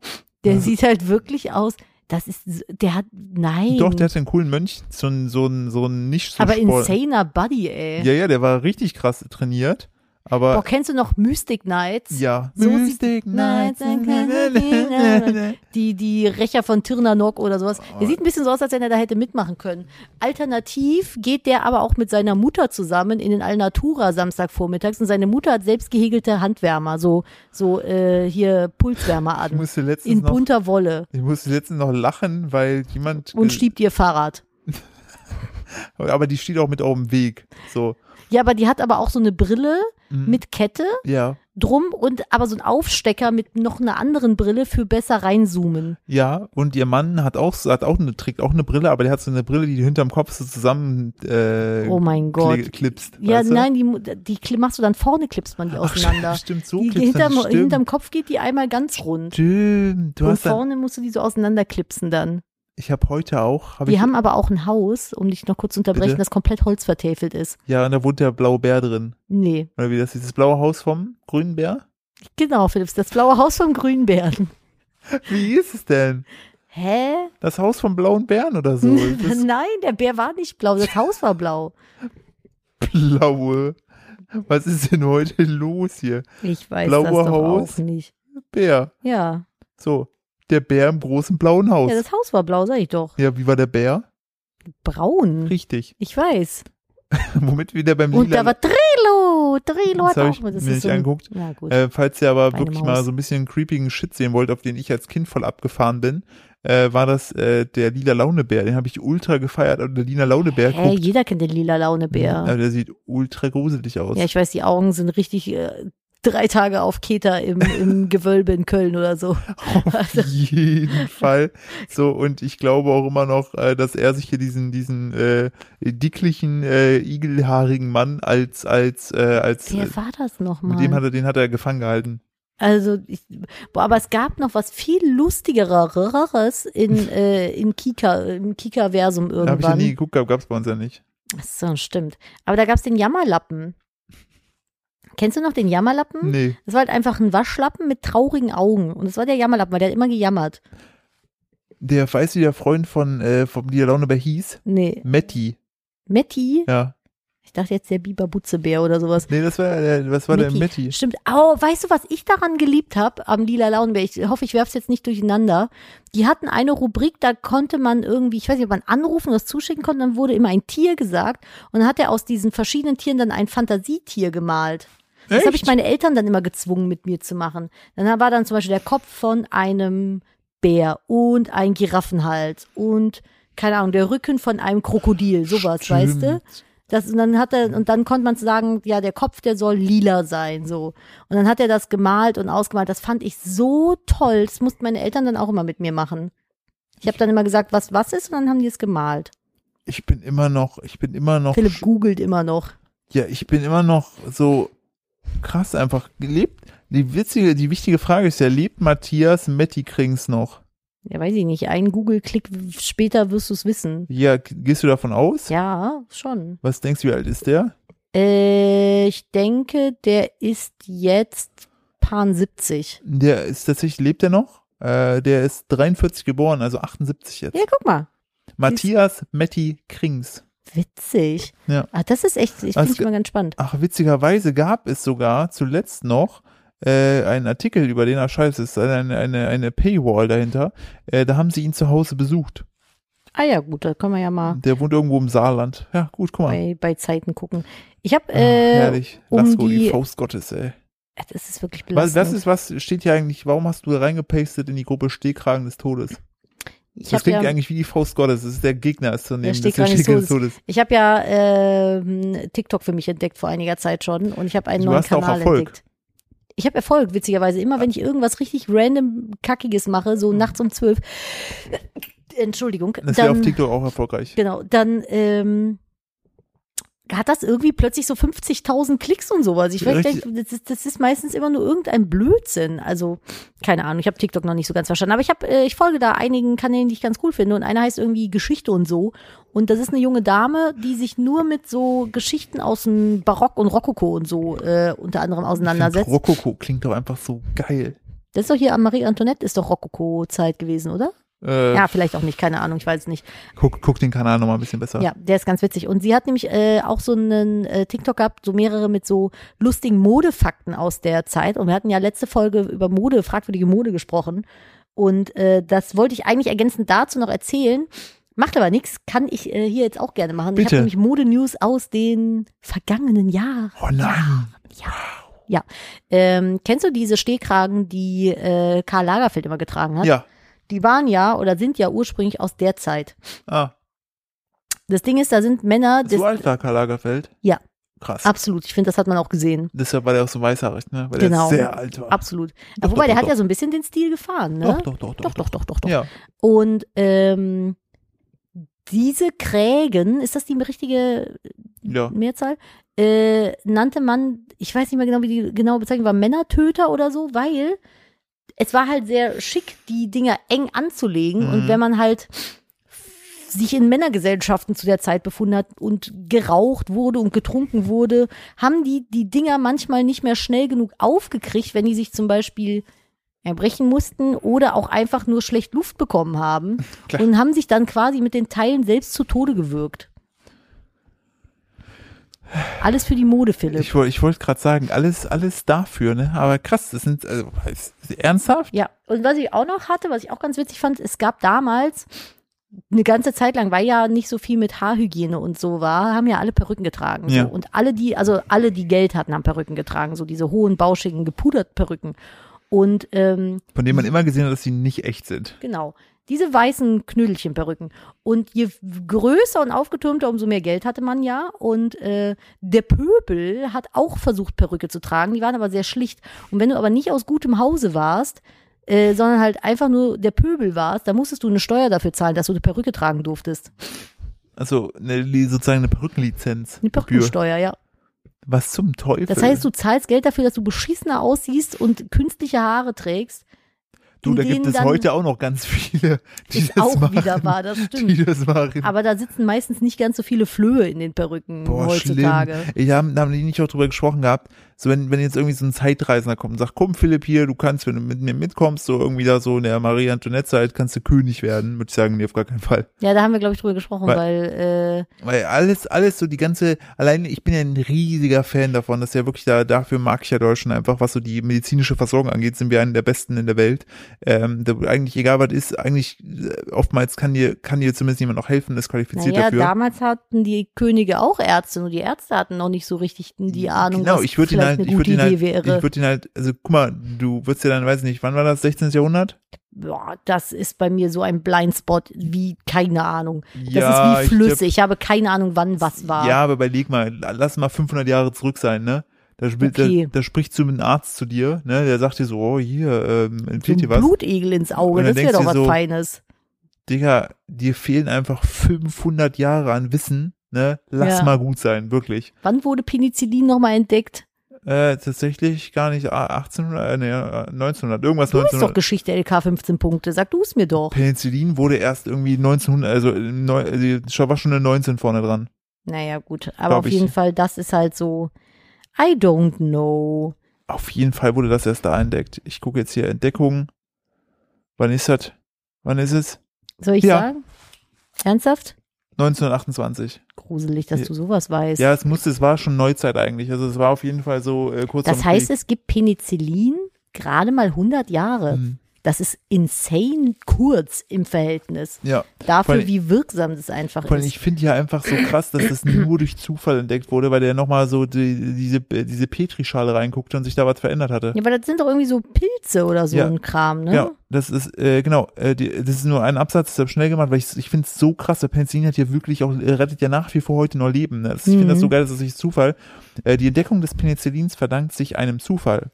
S2: Der
S1: Also
S2: sieht halt wirklich aus. Das ist, so- der hat, nein.
S1: Doch, der hat einen coolen Mönch, so ein, so ein, so ein nicht so
S2: Hm. aber
S1: Sport-
S2: insaner Buddy, ey.
S1: Ja, ja, der war richtig krass trainiert, aber
S2: Boah, kennst du noch Mystic Knights?
S1: ja.
S2: So sieht- Nein, nein, nein, nein, nein. Die, die Rächer von Tirnanok oder sowas. Der sieht ein bisschen so aus, als wenn er da hätte mitmachen können. Alternativ geht der aber auch mit seiner Mutter zusammen in den Alnatura Samstagvormittags und seine Mutter hat selbst gehegelte Handwärmer, so, so äh, hier Pulswärmer
S1: (laughs) Ich
S2: an.
S1: musste letztens
S2: In
S1: noch,
S2: bunter Wolle
S1: ich musste letztens noch lachen, weil jemand
S2: und
S1: ge-
S2: stiebt ihr Fahrrad.
S1: Aber die steht auch mit auf dem Weg. So,
S2: Ja, aber die hat aber auch so eine Brille
S1: Mhm.
S2: mit Kette
S1: ja.
S2: drum und aber so einen Aufstecker mit noch einer anderen Brille für besser reinzoomen.
S1: Ja, und ihr Mann hat auch, hat auch eine, trägt auch eine Brille, aber der hat so eine Brille, die du hinterm Kopf so zusammen äh,
S2: Oh mein Gott.
S1: kli- klipst.
S2: Ja,
S1: weißt du?
S2: nein, die, mu- die kli- machst du dann vorne, klippst man die
S1: Ach, (laughs)
S2: auseinander.
S1: stimmt, so
S2: die
S1: klipst
S2: hinterm,
S1: man, stimmt.
S2: hinterm Kopf geht die einmal ganz rund.
S1: Stimmt, du
S2: und
S1: hast dann,
S2: vorne musst du die so auseinanderklipsen dann.
S1: ich habe heute auch, hab
S2: die
S1: ich,
S2: haben aber auch ein Haus, um dich noch kurz zu unterbrechen,
S1: Bitte?
S2: das komplett holzvertäfelt ist.
S1: ja, und da wohnt der blaue Bär drin.
S2: Nee.
S1: Oder wie das, dieses blaue Haus vom grünen Bär? (laughs)
S2: Genau, Philipps, das blaue Haus vom Grünbären.
S1: Wie ist es denn?
S2: Hä?
S1: Das Haus vom blauen Bären oder
S2: (laughs)
S1: so? Das
S2: Nein, der Bär war nicht blau, das Haus war blau.
S1: blaue. Was ist denn heute los hier?
S2: Ich weiß
S1: Blaue
S2: das doch
S1: Haus?
S2: auch nicht.
S1: Bär.
S2: Ja.
S1: So, der Bär im großen blauen Haus.
S2: ja,
S1: Ja,
S2: das Haus war blau, sag ich doch.
S1: wie war der Bär?
S2: Braun.
S1: Richtig. (laughs)
S2: Ich weiß.
S1: Womit wieder beim
S2: Mhm. Und
S1: lila
S2: da war Drelo. Drelo
S1: Das
S2: hat
S1: hab
S2: auch
S1: ich
S2: immer. Das
S1: mir
S2: ist
S1: nicht
S2: so ein,
S1: angeguckt.
S2: Na gut.
S1: Äh, falls ihr aber
S2: Bei einem
S1: wirklich mal
S2: Haus.
S1: so ein bisschen creepigen Shit sehen wollt, auf den ich als Kind voll abgefahren bin, äh, war das äh, der lila Launebär. Den habe ich ultra gefeiert. Und der lila Launebär
S2: Hä,
S1: guckt.
S2: jeder kennt den lila Launebär.
S1: Aber der sieht ultra gruselig aus.
S2: Ja, ich weiß, die Augen sind richtig äh, drei Tage auf Keter im, im (laughs) Gewölbe in Köln oder
S1: (laughs)
S2: so.
S1: auf
S2: also (laughs)
S1: jeden Fall. So, und ich glaube auch immer noch, äh, dass er sich hier diesen, diesen äh, dicklichen, äh, igelhaarigen Mann als, als, äh, als äh,
S2: Wer war das
S1: mit dem hat
S2: nochmal?
S1: er, den hat er gefangen gehalten.
S2: Also, ich, boah, aber es gab noch was viel lustigeres (laughs) in, äh, in Kika, im Kika-Versum
S1: Habe ich ja nie
S2: irgendwann.
S1: geguckt gehabt, gab es bei uns ja nicht.
S2: Ach So, stimmt. Aber da gab's den Jammerlappen. Kennst du noch den Jammerlappen?
S1: Nee.
S2: Das war halt einfach ein Waschlappen mit traurigen Augen. Und das war der Jammerlappen, weil der hat immer gejammert.
S1: Der weiß, wie der Freund von, äh, vom lila Launebär hieß.
S2: Nee.
S1: Matti.
S2: Metti?
S1: Ja.
S2: Ich dachte jetzt der Biber Butzebär oder sowas.
S1: Nee, das war, der, was war der Mitty?
S2: Stimmt. Oh, weißt du, was ich daran geliebt habe am Lila Launenbär? Ich hoffe, ich werf's jetzt nicht durcheinander. Die hatten eine Rubrik, da konnte man irgendwie, ich weiß nicht, ob man anrufen oder was zuschicken konnte, dann wurde immer ein Tier gesagt und dann hat er aus diesen verschiedenen Tieren dann ein Fantasietier gemalt. Das habe ich
S1: Echt?
S2: meine Eltern dann immer gezwungen, mit mir zu machen. Dann war dann zum Beispiel der Kopf von einem Bär und ein Giraffenhals und keine Ahnung, der Rücken von einem Krokodil, sowas, weißt du?
S1: Stimmt.
S2: Das, und dann hat er, und dann konnte man sagen, ja, der Kopf, der soll lila sein, so. Und dann hat er das gemalt und ausgemalt. Das fand ich so toll. Das mussten meine Eltern dann auch immer mit mir machen. Ich habe dann immer gesagt, was was ist, und dann haben die es gemalt.
S1: Ich bin immer noch, ich bin immer noch,
S2: Philipp googelt immer noch.
S1: ja, ich bin immer noch so krass einfach gelebt. Die witzige, die wichtige Frage ist ja, lebt Matthias Metti Krings noch?
S2: Ja, weiß ich nicht. Einen Google-Klick später wirst du es wissen.
S1: Ja, g- gehst du davon aus?
S2: Ja, schon.
S1: Was denkst du, wie alt ist der?
S2: Äh, ich denke, der ist jetzt Pan 70.
S1: Der ist tatsächlich, lebt er noch? Äh, der ist 43 geboren, also 78 jetzt.
S2: Ja, guck mal.
S1: Matthias Metti Krings.
S2: Witzig.
S1: Ja.
S2: Ah, das ist echt, ich
S1: Also-
S2: finde ich mal ganz spannend.
S1: Ach, witzigerweise gab es sogar zuletzt noch äh, einen Artikel über den, ach scheiße, es ist eine, eine, eine Paywall dahinter. Äh, da haben sie ihn zu Hause besucht.
S2: Ah ja, gut, da können wir ja mal
S1: Der wohnt irgendwo im Saarland. Ja, gut, guck mal.
S2: bei, bei Zeiten gucken. Ich habe,
S1: Ach,
S2: äh,
S1: herrlich.
S2: um
S1: Lasko, die,
S2: die-
S1: Faust Gottes, ey.
S2: das ist wirklich
S1: Was,
S2: belastend.
S1: was ist, was steht hier eigentlich, warum hast du da reingepastet in die Gruppe Stehkragen des Todes?
S2: ich
S1: das
S2: habe
S1: klingt
S2: ja,
S1: eigentlich wie die Faust Gottes. Das ist der Gegner, ist zu nehmen. Das ist der
S2: Stehkragen des
S1: Stehkragen des
S2: Todes.
S1: Todes.
S2: ich hab ja ähm, TikTok für mich entdeckt vor einiger Zeit schon und ich habe einen
S1: Du
S2: neuen
S1: hast auch
S2: Kanal
S1: Erfolg.
S2: entdeckt. Ich habe Erfolg, witzigerweise. Immer wenn ich irgendwas richtig random Kackiges mache,
S1: Hm.
S2: so nachts um zwölf, (laughs) Entschuldigung,
S1: Das wäre auf
S2: dann
S1: TikTok auch erfolgreich.
S2: Genau, dann ähm, hat das irgendwie plötzlich so 50.000 Klicks und sowas. Ich weiß
S1: Richtig.
S2: nicht, das ist, das ist meistens immer nur irgendein Blödsinn. Also, keine Ahnung, ich habe TikTok noch nicht so ganz verstanden. Aber ich, hab, äh, ich folge da einigen Kanälen, die ich ganz cool finde. Und einer heißt irgendwie Geschichte und so. Und das ist eine junge Dame, die sich nur mit so Geschichten aus dem Barock und Rokoko und so äh, unter anderem
S1: Find
S2: auseinandersetzt.
S1: Rokoko klingt doch einfach so geil.
S2: Das ist doch hier an Marie Antoinette, ist doch Rokoko-Zeit gewesen, oder?
S1: Äh,
S2: Ja, vielleicht auch nicht, keine Ahnung, ich weiß es nicht.
S1: guck, guck den Kanal nochmal ein bisschen besser.
S2: Ja, der ist ganz witzig. Und sie hat nämlich äh, auch so einen äh, TikTok gehabt, so mehrere mit so lustigen Modefakten aus der Zeit. Und wir hatten ja letzte Folge über Mode, fragwürdige Mode gesprochen. Und äh, das wollte ich eigentlich ergänzend dazu noch erzählen. Macht aber nichts, kann ich äh, hier jetzt auch gerne machen. Ich
S1: Bitte.
S2: habe nämlich Modenews aus den vergangenen Jahren.
S1: Oh nein.
S2: Ähm, kennst du diese Stehkragen, die äh, Karl Lagerfeld immer getragen hat?
S1: Ja.
S2: Die waren ja oder sind ja ursprünglich aus der Zeit.
S1: Ah,
S2: Das Ding ist, da sind Männer, das,
S1: so alt war Karl Lagerfeld?
S2: Ja.
S1: Krass.
S2: absolut, ich finde, das hat man auch gesehen.
S1: Deshalb war der auch so weißhaarig, ne? Weil
S2: Genau.
S1: der sehr alt war.
S2: Absolut.
S1: Doch,
S2: Aber wobei,
S1: doch,
S2: der
S1: doch,
S2: hat ja so ein bisschen den Stil gefahren, ne?
S1: Doch, doch, doch,
S2: doch,
S1: doch.
S2: doch, doch, doch. doch.
S1: Ja.
S2: Und ähm, diese Krägen, ist das die richtige
S1: Ja.
S2: Mehrzahl? Äh, nannte man, ich weiß nicht mehr genau, wie die genaue Bezeichnung war, Männertöter oder so, weil es war halt sehr schick, die Dinger eng anzulegen. Und
S1: Mhm.
S2: wenn man halt sich in Männergesellschaften zu der Zeit befunden hat und geraucht wurde und getrunken wurde, haben die die Dinger manchmal nicht mehr schnell genug aufgekriegt, wenn die sich zum Beispiel erbrechen mussten oder auch einfach nur schlecht Luft bekommen haben
S1: (laughs) Klar.
S2: und haben sich dann quasi mit den Teilen selbst zu Tode gewürgt. Alles für die Mode, Philipp.
S1: Ich, woll- ich wollte gerade sagen, alles, alles dafür, ne? Aber krass, das sind, also, ist, ist ernsthaft?
S2: Ja, und was ich auch noch hatte, was ich auch ganz witzig fand, es gab damals eine ganze Zeit lang, weil ja nicht so viel mit Haarhygiene und so war, haben ja alle Perücken getragen.
S1: Ja.
S2: So. Und alle, die, also alle, die Geld hatten, haben Perücken getragen, so diese hohen, bauschigen, gepuderten Perücken. Und ähm,
S1: Von dem man immer gesehen hat, dass sie nicht echt sind.
S2: Genau. Diese weißen Knödelchenperücken. Und je größer und aufgetürmter, umso mehr Geld hatte man ja. Und äh, der Pöbel hat auch versucht, Perücke zu tragen. Die waren aber sehr schlicht. Und wenn du aber nicht aus gutem Hause warst, äh, sondern halt einfach nur der Pöbel warst, dann musstest du eine Steuer dafür zahlen, dass du eine Perücke tragen durftest.
S1: Also, ne, li- sozusagen eine Perückenlizenz.
S2: Eine
S1: Gebühr.
S2: Perückensteuer, ja.
S1: Was zum Teufel?
S2: Das heißt, du zahlst Geld dafür, dass du beschissener aussiehst und künstliche Haare trägst.
S1: Du,
S2: in
S1: da gibt
S2: denen
S1: es
S2: dann
S1: heute auch noch ganz viele, die
S2: ich
S1: das
S2: auch
S1: machen.
S2: wieder war, das
S1: (laughs)
S2: stimmt.
S1: Die das machen.
S2: Aber da sitzen meistens nicht ganz so viele Flöhe in den Perücken heutzutage.
S1: schlimm. Ich haben, da haben die nicht auch drüber gesprochen gehabt. So, wenn, wenn jetzt irgendwie so ein Zeitreisender kommt und sagt, komm Philipp hier, du kannst, wenn du mit mir mitkommst, so irgendwie da so in der Marie Antoinette Zeit, kannst du König werden, würde ich sagen, nee, auf gar keinen Fall.
S2: Ja, da haben wir, glaube ich, drüber gesprochen,
S1: Weil-
S2: weil, äh,
S1: Weil alles, alles so die ganze, allein ich bin ja ein riesiger Fan davon, dass ja wirklich da, dafür mag ich ja Deutschland einfach, was so die medizinische Versorgung angeht, sind wir einen der besten in der Welt. Ähm, da, eigentlich egal was ist, eigentlich äh, oftmals kann dir, kann dir zumindest jemand noch helfen, ist
S2: äh,
S1: qualifiziert
S2: naja,
S1: dafür.
S2: damals hatten die Könige auch Ärzte, nur die Ärzte hatten noch nicht so richtig die Ahnung,
S1: genau,
S2: was
S1: ich würde ihn
S2: vielleicht
S1: halt, ich
S2: eine gute
S1: würde ihn halt,
S2: Idee wäre.
S1: ich würde ihn halt, also guck mal, du würdest ja dann, weiß nicht, wann war das, 16. Jahrhundert?
S2: Boah, das ist bei mir so ein Blindspot wie keine Ahnung. Das
S1: Ja,
S2: ist wie
S1: ich
S2: Flüsse. Ich, habe keine Ahnung, wann was war.
S1: Ja, aber überleg mal, lass mal 500 Jahre zurück sein, ne? Da, spielt-
S2: Okay.
S1: da, da spricht so ein Arzt zu dir, ne? Der sagt dir so, oh, hier, ähm,
S2: so
S1: empfiehlt
S2: ein
S1: dir was.
S2: Blutegel ins Auge,
S1: Und dann
S2: das wäre
S1: denkst
S2: doch
S1: du
S2: was
S1: so,
S2: Feines.
S1: Digga, dir fehlen einfach 500 Jahre an Wissen, ne? Lass
S2: Ja.
S1: mal gut sein, wirklich.
S2: Wann wurde Penicillin nochmal entdeckt?
S1: Äh, tatsächlich gar nicht ah, 1800, äh, nee, äh, 1900, irgendwas
S2: Du hast doch
S1: 1900.
S2: Geschichte LK 15 Punkte. Sag du es mir doch.
S1: Penicillin wurde erst irgendwie 1900, also, im Neu- also schon- war schon eine 19 vorne dran.
S2: Naja, gut. Aber
S1: Glaub
S2: auf
S1: ich.
S2: jeden Fall, das ist halt so. I don't know.
S1: Auf jeden Fall wurde das erst da entdeckt. Ich gucke jetzt hier Entdeckungen. Wann ist das? Wann ist es?
S2: Soll ich
S1: Ja.
S2: sagen? Ernsthaft?
S1: 1928.
S2: Gruselig, dass
S1: Ja.
S2: du sowas weißt.
S1: Ja, es musste, es war schon Neuzeit eigentlich. Also es war auf jeden Fall so äh, kurz
S2: das
S1: am
S2: heißt,
S1: Krieg.
S2: es gibt Penicillin gerade mal 100 Jahre.
S1: Mhm.
S2: Das ist insane kurz im Verhältnis.
S1: Ja, Vor
S2: Dafür,
S1: allem-
S2: wie wirksam das einfach
S1: vor allem
S2: ist.
S1: ich finde ja einfach so krass, dass das nur durch Zufall entdeckt wurde, weil der nochmal so die, diese, äh, diese Petrischale reinguckte und sich da was verändert hatte.
S2: Ja, aber das sind doch irgendwie so Pilze oder so
S1: Ja.
S2: ein Kram, ne?
S1: Ja, das ist, äh, genau, äh, die, das ist nur ein Absatz, deshalb schnell gemacht, weil ich, ich finde es so krass, der Penicillin hat ja wirklich auch, äh, rettet ja nach wie vor heute noch Leben. Ne? Das, ich
S2: Mhm.
S1: finde das so geil, das ist nicht Zufall. Äh, die Entdeckung des Penicillins verdankt sich einem Zufall.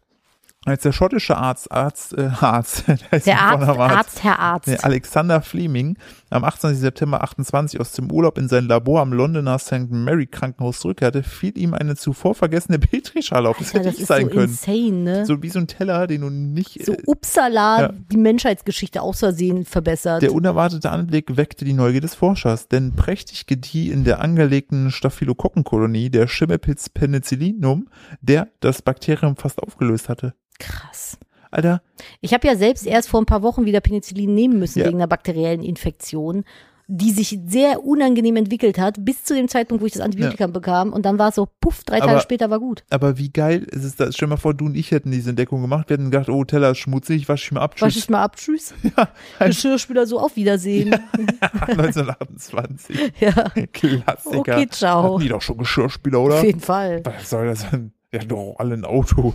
S1: Als der schottische Arzt, Arzt, äh, (laughs) Arzt, da ist
S2: Der
S1: ein
S2: Arzt,
S1: voller
S2: Arzt, Herr Arzt.
S1: Nee, Alexander Fleming am 18. September 28 aus dem Urlaub in sein Labor am Londoner St. Mary Krankenhaus zurückkehrte, fiel ihm eine zuvor vergessene Petrischale auf. Das
S2: ja,
S1: hätte
S2: das
S1: ich
S2: ist
S1: sein
S2: so
S1: können.
S2: insane, ne? So,
S1: So wie so ein Teller, den du nicht. äh,
S2: upsala,
S1: ja.
S2: die Menschheitsgeschichte aus Versehen verbessert.
S1: Der unerwartete Anblick weckte die Neugier des Forschers, denn prächtig gedieh in der angelegten Staphylokokkenkolonie der Schimmelpilz Penicillinum, der das Bakterium fast aufgelöst hatte.
S2: Krass.
S1: Alter,
S2: Ich habe ja selbst erst vor ein paar Wochen wieder Penicillin nehmen müssen
S1: Ja.
S2: wegen einer bakteriellen Infektion, die sich sehr unangenehm entwickelt hat, bis zu dem Zeitpunkt, wo ich das Antibiotikum bekam. Und dann war es so, puff, drei
S1: Aber-
S2: Tage später war gut.
S1: aber wie geil ist es da? Stell dir mal vor, du und ich hätten diese Entdeckung gemacht. Wir hätten gedacht, oh, Teller ist schmutzig, wasch ich mal ab.
S2: Wasch
S1: Tschüss.
S2: ich mal ab, tschüss.
S1: (laughs) Ja,
S2: Geschirrspüler so, auf Wiedersehen.
S1: 1928.
S2: Ja,
S1: Klassiker.
S2: Okay, ciao.
S1: Hatten die doch schon Geschirrspüler, oder?
S2: auf jeden Fall.
S1: Was soll das denn? Ja, doch, alle ein Auto.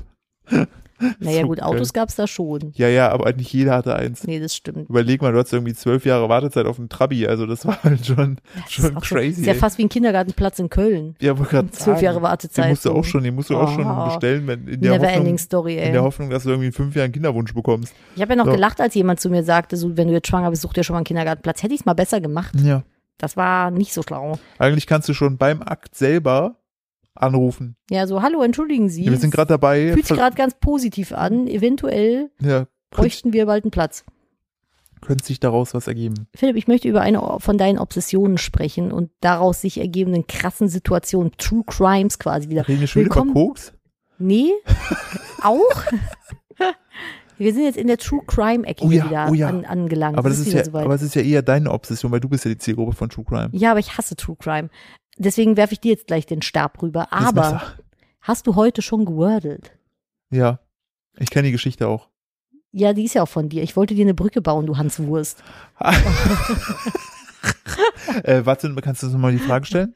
S2: Naja
S1: So
S2: gut,
S1: geil.
S2: Autos gab's da schon.
S1: Ja, ja, aber nicht jeder hatte eins.
S2: Nee, das stimmt.
S1: Überleg mal, du hattest irgendwie zwölf Jahre Wartezeit auf einen Trabi, also das war halt schon,
S2: Das
S1: schon
S2: ist auch so-
S1: crazy.
S2: Ist ja
S1: ey.
S2: fast wie ein Kindergartenplatz in Köln.
S1: ja, wollte gerade
S2: Zwölf
S1: sagen,
S2: Jahre Wartezeit.
S1: Den musst du
S2: so.
S1: auch schon, den musst du auch schon
S2: Oh.
S1: bestellen, wenn, in der Hoffnung,
S2: Neverending Story,
S1: in der
S2: ey.
S1: Hoffnung, dass du irgendwie in fünf Jahren einen Kinderwunsch bekommst.
S2: Ich habe ja noch
S1: So.
S2: gelacht, als jemand zu mir sagte, so, wenn du jetzt schwanger bist, such dir schon mal einen Kindergartenplatz. Hätte ich es mal besser gemacht.
S1: Ja.
S2: Das war nicht so schlau.
S1: Eigentlich kannst du schon beim Akt selber anrufen.
S2: Ja, so, hallo, entschuldigen Sie.
S1: Wir sind gerade dabei.
S2: Fühlt sich gerade ganz positiv an. Eventuell
S1: ja, könnte,
S2: bräuchten wir bald einen Platz.
S1: könnte sich daraus was ergeben.
S2: Philipp, ich möchte über eine von deinen Obsessionen sprechen und daraus sich ergebenden krassen Situationen, True Crimes quasi wieder.
S1: Reden wir schon wieder über
S2: Willkommen-
S1: Koks? (laughs)
S2: Nee, auch? wir sind jetzt in der True Crime-Ecke
S1: Oh ja,
S2: wieder
S1: oh ja.
S2: an, angelangt.
S1: Aber
S2: Es
S1: das ist
S2: wieder
S1: ja,
S2: soweit.
S1: aber es ist ja eher deine Obsession, weil du bist ja die Zielgruppe von True Crime.
S2: Ja, aber ich hasse True Crime. Deswegen werfe ich dir jetzt gleich den Stab rüber.
S1: Das
S2: Aber
S1: Messer.
S2: hast du heute schon gewordelt?
S1: Ja. Ich kenne die Geschichte auch.
S2: Ja, die ist ja auch von dir. Ich wollte dir eine Brücke bauen, du Hanswurst.
S1: Äh, warte, kannst du uns nochmal die Frage stellen?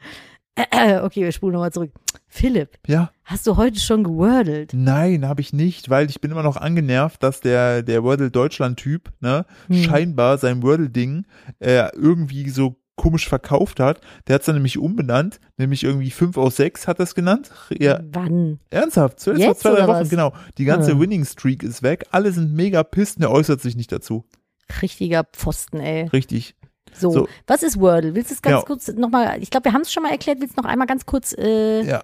S2: Äh, (clears throat) okay, wir spulen nochmal zurück. Philipp,
S1: Ja.
S2: hast du heute schon gewordelt?
S1: Nein, habe ich nicht, weil ich bin immer noch angenervt, dass der, der Wordle Deutschland-Typ, ne,
S2: Hm.
S1: scheinbar sein Wordle-Ding äh, irgendwie so komisch verkauft hat. Der hat es dann nämlich umbenannt, nämlich irgendwie 5 aus 6 hat das genannt. Ja,
S2: Wann?
S1: ernsthaft, zuerst vor
S2: Hm. Jetzt
S1: zwei, drei
S2: oder
S1: Wochen,
S2: was?
S1: genau. Die ganze
S2: Hm.
S1: Winning-Streak ist weg, alle sind mega pisst und er äußert sich nicht dazu.
S2: Richtiger Pfosten, ey.
S1: Richtig.
S2: So,
S1: So.
S2: was ist Wordle? Willst du es ganz
S1: Ja.
S2: kurz nochmal, ich glaube, wir haben es schon mal erklärt, willst du noch einmal ganz kurz, äh,
S1: Ja.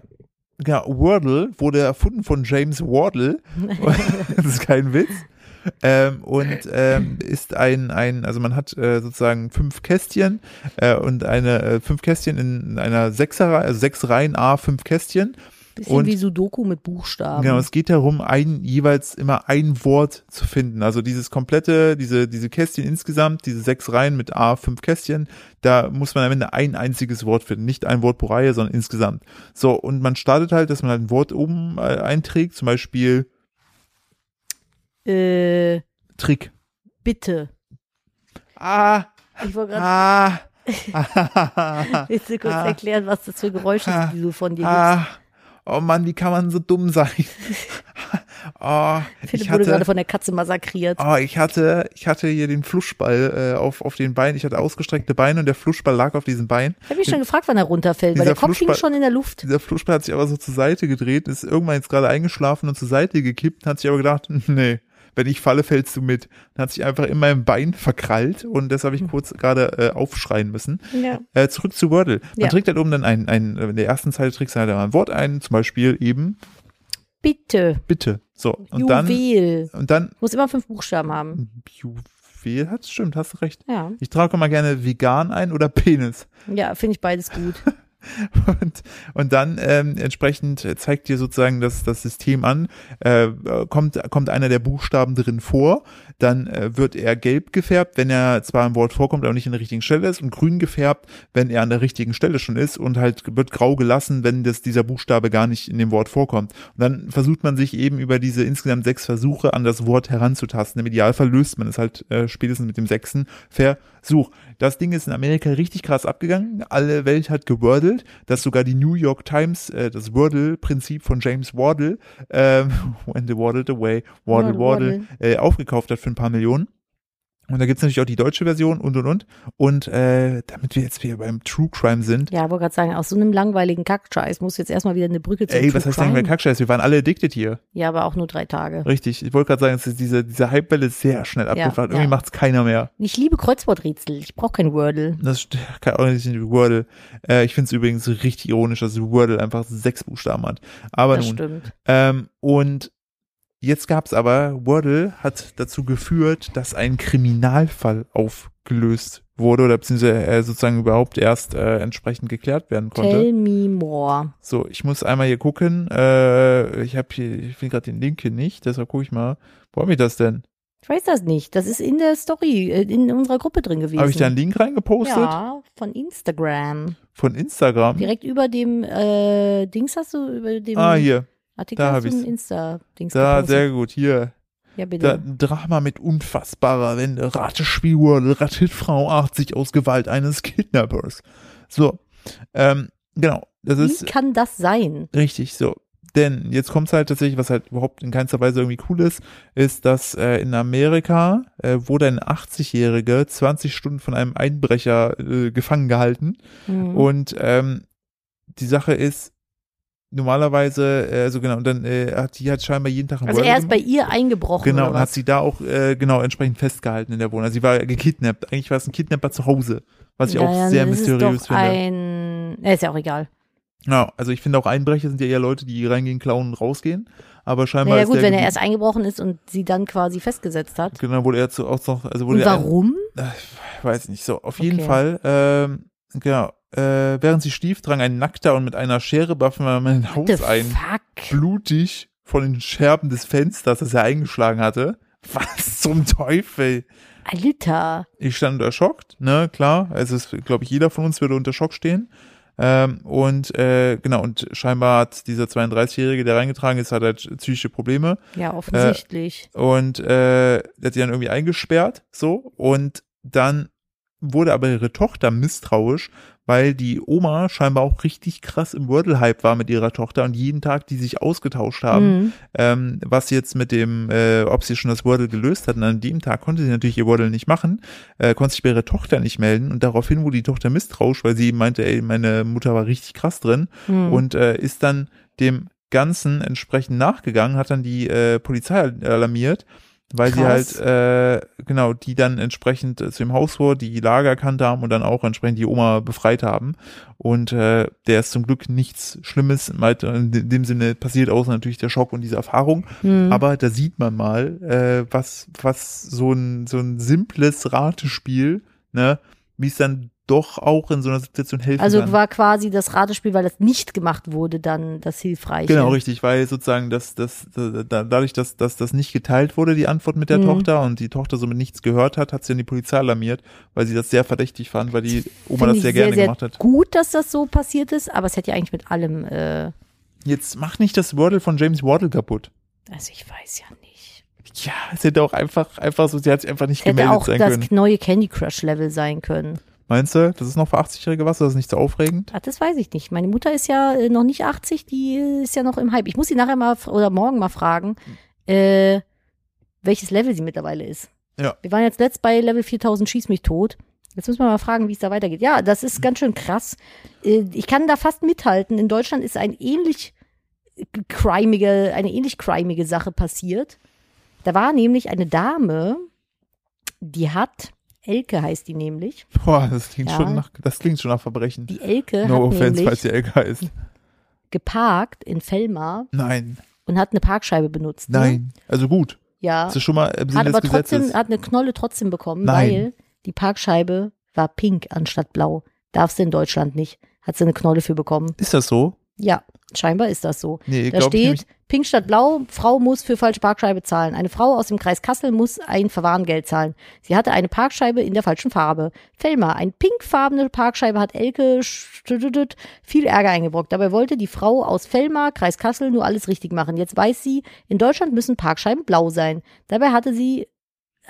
S1: Ja, Wordle wurde erfunden von James Wardle. das ist kein Witz. ähm, und ähm, ist ein, ein, also man hat äh, sozusagen fünf Kästchen äh, und eine äh, fünf Kästchen in einer Sechserreihe, also sechs Reihen A, fünf Kästchen.
S2: Bisschen
S1: Und-
S2: wie Sudoku mit Buchstaben.
S1: Genau, es geht darum, ein, jeweils immer ein Wort zu finden. Also dieses komplette, diese, diese Kästchen insgesamt, diese sechs Reihen mit A, fünf Kästchen, da muss man am Ende ein einziges Wort finden. Nicht ein Wort pro Reihe, sondern insgesamt. So, und man startet halt, dass man halt ein Wort oben äh, einträgt, zum Beispiel
S2: äh,
S1: Trick.
S2: bitte.
S1: Ah,
S2: Ich wollte gerade
S1: (laughs) ah,
S2: Willst du kurz
S1: Ah.
S2: erklären, was das für Geräusche
S1: Ah.
S2: sind, die du von dir gibst?
S1: ah. Oh Mann, wie kann man so dumm (laughs) sein? Oh,
S2: Philipp
S1: ich
S2: wurde
S1: hatte,
S2: gerade von der Katze massakriert.
S1: Oh, ich hatte, ich hatte hier den Flussball äh, auf, auf den Beinen. Ich hatte ausgestreckte Beine und der Flussball lag auf diesen Beinen.
S2: Ich habe mich schon gefragt, wann er runterfällt, weil
S1: Dieser
S2: der Kopf hing
S1: Flussball-
S2: schon in der Luft.
S1: Dieser Flussball hat sich aber so zur Seite gedreht, ist irgendwann jetzt gerade eingeschlafen und zur Seite gekippt, hat sich aber gedacht, (laughs) nee, wenn ich falle, fällst du mit. Und hat sich einfach in meinem Bein verkrallt und das
S2: Hm.
S1: habe ich kurz gerade äh, aufschreien müssen.
S2: Ja.
S1: Äh, zurück zu Wordle. Man
S2: Ja.
S1: trägt halt oben dann ein, ein, in der ersten Zeile trägst du halt ein Wort ein, zum Beispiel eben
S2: Bitte.
S1: bitte. So, und dann, Mhm.
S2: Juwel.
S1: und dann,
S2: Muss immer fünf Buchstaben haben.
S1: Juwel hat, stimmt, hast du recht.
S2: Ja,
S1: Ich trage immer gerne vegan ein oder Penis.
S2: ja finde ich beides gut.
S1: Und, und dann ähm, entsprechend zeigt dir sozusagen das, das System an, äh, kommt, kommt einer der Buchstaben drin vor, dann äh, wird er gelb gefärbt, wenn er zwar im Wort vorkommt, aber nicht an der richtigen Stelle ist und grün gefärbt, wenn er an der richtigen Stelle schon ist und halt wird grau gelassen, wenn das, dieser Buchstabe gar nicht in dem Wort vorkommt. Und dann versucht man sich eben über diese insgesamt sechs Versuche an das Wort heranzutasten. Im Idealfall löst man es halt äh, spätestens mit dem sechsten Versuch. Das Ding ist in Amerika richtig krass abgegangen. Alle Welt hat gewordelt, dass sogar die New York Times äh, das Wordle-Prinzip von James Wardle, ähm, (laughs) when they waddled away, waddle,
S2: Wordle,
S1: waddle,
S2: waddle.
S1: äh, aufgekauft hat für ein paar Millionen. Und da gibt's natürlich auch die deutsche Version und und und. Und äh, damit wir jetzt wieder beim True Crime sind,
S2: Ja, wollte gerade sagen, aus so einem langweiligen Kackscheiß muss jetzt erstmal wieder eine Brücke zum
S1: Ey,
S2: True
S1: was heißt denn
S2: Crime.
S1: bei Kackscheiß? Wir waren alle addicted hier.
S2: Ja, aber auch nur drei Tage.
S1: Richtig. Ich wollte gerade sagen, es ist diese, diese Hypewelle ist sehr schnell abgefahren. Irgendwie
S2: ja.
S1: macht's keiner mehr.
S2: Ich liebe Kreuzworträtsel. Ich brauche kein Wordle.
S1: Das st- (laughs) kann auch nicht in Wordle. Äh, ich finde es übrigens richtig ironisch, dass Wordle einfach sechs Buchstaben hat. Aber
S2: Das
S1: nun.
S2: stimmt.
S1: Ähm, und jetzt gab's aber, Wordle hat dazu geführt, dass ein Kriminalfall aufgelöst wurde oder beziehungsweise äh, sozusagen überhaupt erst äh, entsprechend geklärt werden konnte.
S2: Tell me more.
S1: So, ich muss einmal hier gucken. Äh, ich habe hier, ich finde gerade den Link hier nicht, deshalb gucke ich mal. Wo habe ich das denn?
S2: Ich weiß das nicht. Das ist in der Story, äh, in unserer Gruppe drin gewesen.
S1: Habe ich da einen Link reingepostet?
S2: Ja, von Instagram.
S1: Von Instagram?
S2: Direkt über dem äh, Dings hast du, über dem
S1: ah, hier.
S2: Artikel
S1: da hab
S2: hast du
S1: ich's.
S2: ein Insta-Dings
S1: Da,
S2: gepostet.
S1: sehr gut. Hier.
S2: Ja, bitte.
S1: Da, ein Drama mit unfassbarer Wende. Ratespiel Wordle, rattet Frau 80 aus Gewalt eines Kidnappers. So. Ähm, genau. Das
S2: Wie
S1: ist
S2: kann das sein?
S1: Richtig, so. Denn jetzt kommt's halt tatsächlich, was halt überhaupt in keinster Weise irgendwie cool ist, ist, dass äh, in Amerika äh, wurde ein 80-Jährige 20 Stunden von einem Einbrecher äh, gefangen gehalten.
S2: Hm.
S1: Und ähm, die Sache ist, normalerweise, äh, also genau, und dann äh, hat die hat scheinbar jeden Tag ein
S2: also
S1: Wordle
S2: er ist bei
S1: gemacht.
S2: ihr eingebrochen.
S1: Genau,
S2: oder
S1: und hat
S2: was?
S1: sie da auch äh, genau entsprechend festgehalten in der Wohnung. Also sie war gekidnappt. Eigentlich war es ein Kidnapper zu Hause, was ich
S2: Ja, ja,
S1: auch sehr
S2: das
S1: mysteriös
S2: ist doch
S1: finde.
S2: ein, Na, ist ja auch egal.
S1: Ja, also ich finde auch Einbrecher sind ja eher Leute, die reingehen, klauen und rausgehen. Aber scheinbar
S2: Naja
S1: ist
S2: gut,
S1: der
S2: wenn er erst eingebrochen ist und sie dann quasi festgesetzt hat.
S1: genau wurde er zu auch noch also wurde
S2: Und warum?
S1: er ein, äh, weiß nicht so auf jeden
S2: Okay.
S1: Fall ähm, genau äh, während sie schlief drang ein nackter und mit einer Schere baffen wir mein
S2: The
S1: Haus ein
S2: fuck?
S1: blutig von den Scherben des Fensters, das er eingeschlagen hatte. (laughs) Was zum Teufel?
S2: Alter.
S1: ich stand unter Schock, ne, klar. Also es glaube ich, jeder von uns würde unter Schock stehen. Ähm, und äh, genau, und scheinbar hat dieser 32-Jährige, der reingetragen ist, hat halt psychische Probleme
S2: Ja, offensichtlich.
S1: und äh, der hat sie dann irgendwie eingesperrt, so, und dann wurde aber ihre Tochter misstrauisch, weil die Oma scheinbar auch richtig krass im Wordle-Hype war mit ihrer Tochter und jeden Tag die sich ausgetauscht Äh, haben
S2: Hm.
S1: ähm, was jetzt mit dem, äh, ob sie schon das Wordle gelöst hat. Und an dem Tag konnte sie natürlich ihr Wordle nicht machen, äh, konnte sich bei ihrer Tochter nicht melden und daraufhin wurde die Tochter misstrauisch, weil sie eben meinte, ey, meine Mutter war richtig krass drin
S2: Hm.
S1: und äh, ist dann dem Ganzen entsprechend nachgegangen, hat dann die äh, Polizei alarmiert weil
S2: Krass.
S1: sie halt, äh, genau, die dann entsprechend äh, zu dem Haus vor, die Lage erkannt haben und dann auch entsprechend die Oma befreit haben. Und äh, der ist zum Glück nichts Schlimmes im Alter- in dem Sinne passiert, außer natürlich der Schock und diese Erfahrung.
S2: Hm.
S1: Aber da sieht man mal, äh, was, was so ein, so ein simples Ratespiel, ne, wie es dann doch auch in so einer Situation helfen
S2: also
S1: kann.
S2: war quasi das Ratespiel, weil das nicht gemacht wurde, dann das hilfreich.
S1: Genau, richtig, weil sozusagen das, das, da, da- dadurch, dass, dass das nicht geteilt wurde, die Antwort mit der
S2: Mhm.
S1: Tochter und die Tochter somit nichts gehört hat, hat sie dann die Polizei alarmiert, weil sie das sehr verdächtig fand, weil die Oma das sehr, gerne
S2: sehr
S1: gemacht hat.
S2: Gut, dass das so passiert ist, aber es hätte ja eigentlich mit allem. Äh,
S1: Jetzt mach nicht das Wordle von James Wardle kaputt.
S2: also ich weiß ja nicht.
S1: Ja, es hätte auch einfach, einfach so, sie hat sich einfach nicht
S2: Es hätte
S1: gemeldet
S2: auch
S1: sein
S2: das
S1: können.
S2: neue Candy Crush Level sein können.
S1: Meinst du, das ist noch für 80-Jährige was, das ist nicht so aufregend?
S2: Ah, das weiß ich nicht. Meine Mutter ist ja äh, noch nicht 80, die äh, ist ja noch im Hype. Ich muss sie nachher mal f- oder morgen mal fragen,
S1: Hm.
S2: äh, welches Level sie mittlerweile ist.
S1: Ja.
S2: Wir waren jetzt letzt bei Level 4000 Schieß mich tot. Jetzt müssen wir mal fragen, wie es da weitergeht. Ja, das
S1: Hm.
S2: ist ganz schön krass. Äh, Ich kann da fast mithalten. In Deutschland ist ein ähnlich crimige, eine ähnlich crimige Sache passiert. Da war nämlich eine Dame, die hat, Elke heißt die nämlich.
S1: Boah, das klingt
S2: Ja.
S1: schon nach, das klingt schon nach Verbrechen.
S2: Die Elke
S1: No
S2: hat
S1: offense,
S2: nämlich
S1: falls ihr älter ist.
S2: geparkt in Fellmar
S1: Nein,
S2: und hat eine Parkscheibe benutzt. ne?
S1: nein. Also gut,
S2: Ja.
S1: das ist schon mal äh, im
S2: Hat
S1: Sinne
S2: aber
S1: des Gesetzes.
S2: trotzdem, hat eine Knolle trotzdem bekommen,
S1: Nein.
S2: weil die Parkscheibe war pink anstatt blau. Darfst du in Deutschland nicht. Hat sie eine Knolle für bekommen.
S1: ist das so?
S2: Ja, scheinbar ist das so.
S1: Nee,
S2: Da
S1: glaub ich nämlich
S2: steht, pink statt blau, Frau muss für falsche Parkscheibe zahlen. Eine Frau aus dem Kreis Kassel muss ein Verwarngeld zahlen. Sie hatte eine Parkscheibe in der falschen Farbe. Fellmar, ein pinkfarbene Parkscheibe hat Elke schüttet viel Ärger eingebrockt. Dabei wollte die Frau aus Fellmar, Kreis Kassel, nur alles richtig machen. Jetzt weiß sie, in Deutschland müssen Parkscheiben blau sein. Dabei hatte sie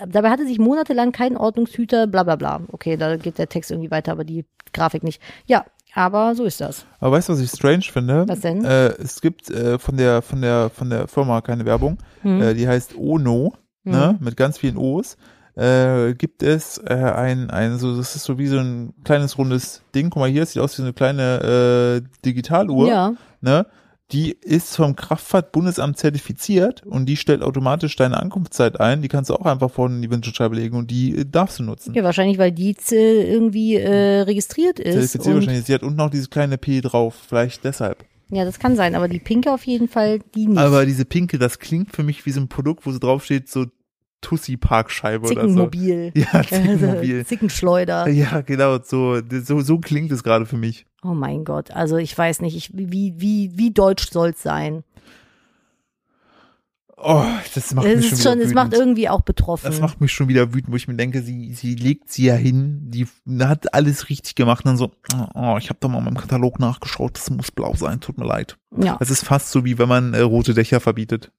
S2: Dabei hatte sich monatelang kein Ordnungshüter, bla bla bla. Okay, da geht der Text irgendwie weiter, aber die Grafik nicht. Ja, aber so ist das.
S1: Aber weißt du, was ich strange finde?
S2: Was denn?
S1: Äh, es gibt äh, von der von der von der Firma keine Werbung.
S2: Hm.
S1: Äh, die heißt Ono,
S2: Hm.
S1: ne? Mit ganz vielen O's. Äh, gibt es äh, ein, ein, so, das ist so wie so ein kleines rundes Ding. Guck mal, hier es sieht aus wie so eine kleine äh, Digitaluhr,
S2: Ja,
S1: ne? Die ist vom Kraftfahrtbundesamt zertifiziert und die stellt automatisch deine Ankunftszeit ein. Die kannst du auch einfach vorne in die Windschutzscheibe legen und die äh, darfst du nutzen.
S2: Ja, wahrscheinlich, weil die äh, irgendwie äh, registriert ist.
S1: Zertifiziert
S2: Und,
S1: eh wahrscheinlich. Sie hat unten noch dieses kleine P drauf, vielleicht deshalb.
S2: ja, das kann sein, aber die Pinke auf jeden Fall, die nicht.
S1: Aber diese pinke, das klingt für mich wie so ein Produkt, wo so draufsteht, so Tussi-Parkscheibe oder so.
S2: Zickenmobil.
S1: (laughs)
S2: (laughs)
S1: Ja, Zickenmobil.
S2: Also Zickenschleuder.
S1: Ja, genau, so, so, so klingt es gerade für mich.
S2: Oh mein Gott, also ich weiß nicht, ich, wie, wie, wie deutsch soll's sein?
S1: Oh, das macht
S2: Es
S1: mich schon
S2: ist
S1: wieder
S2: schon, es
S1: wütend.
S2: macht irgendwie auch betroffen.
S1: das macht mich schon wieder wütend, wo ich mir denke, sie, sie legt sie ja hin, die hat alles richtig gemacht und dann so, oh, ich habe da mal in meinem Katalog nachgeschaut, das muss blau sein, tut mir leid.
S2: ja,
S1: Das ist fast so wie wenn man äh, rote Dächer verbietet.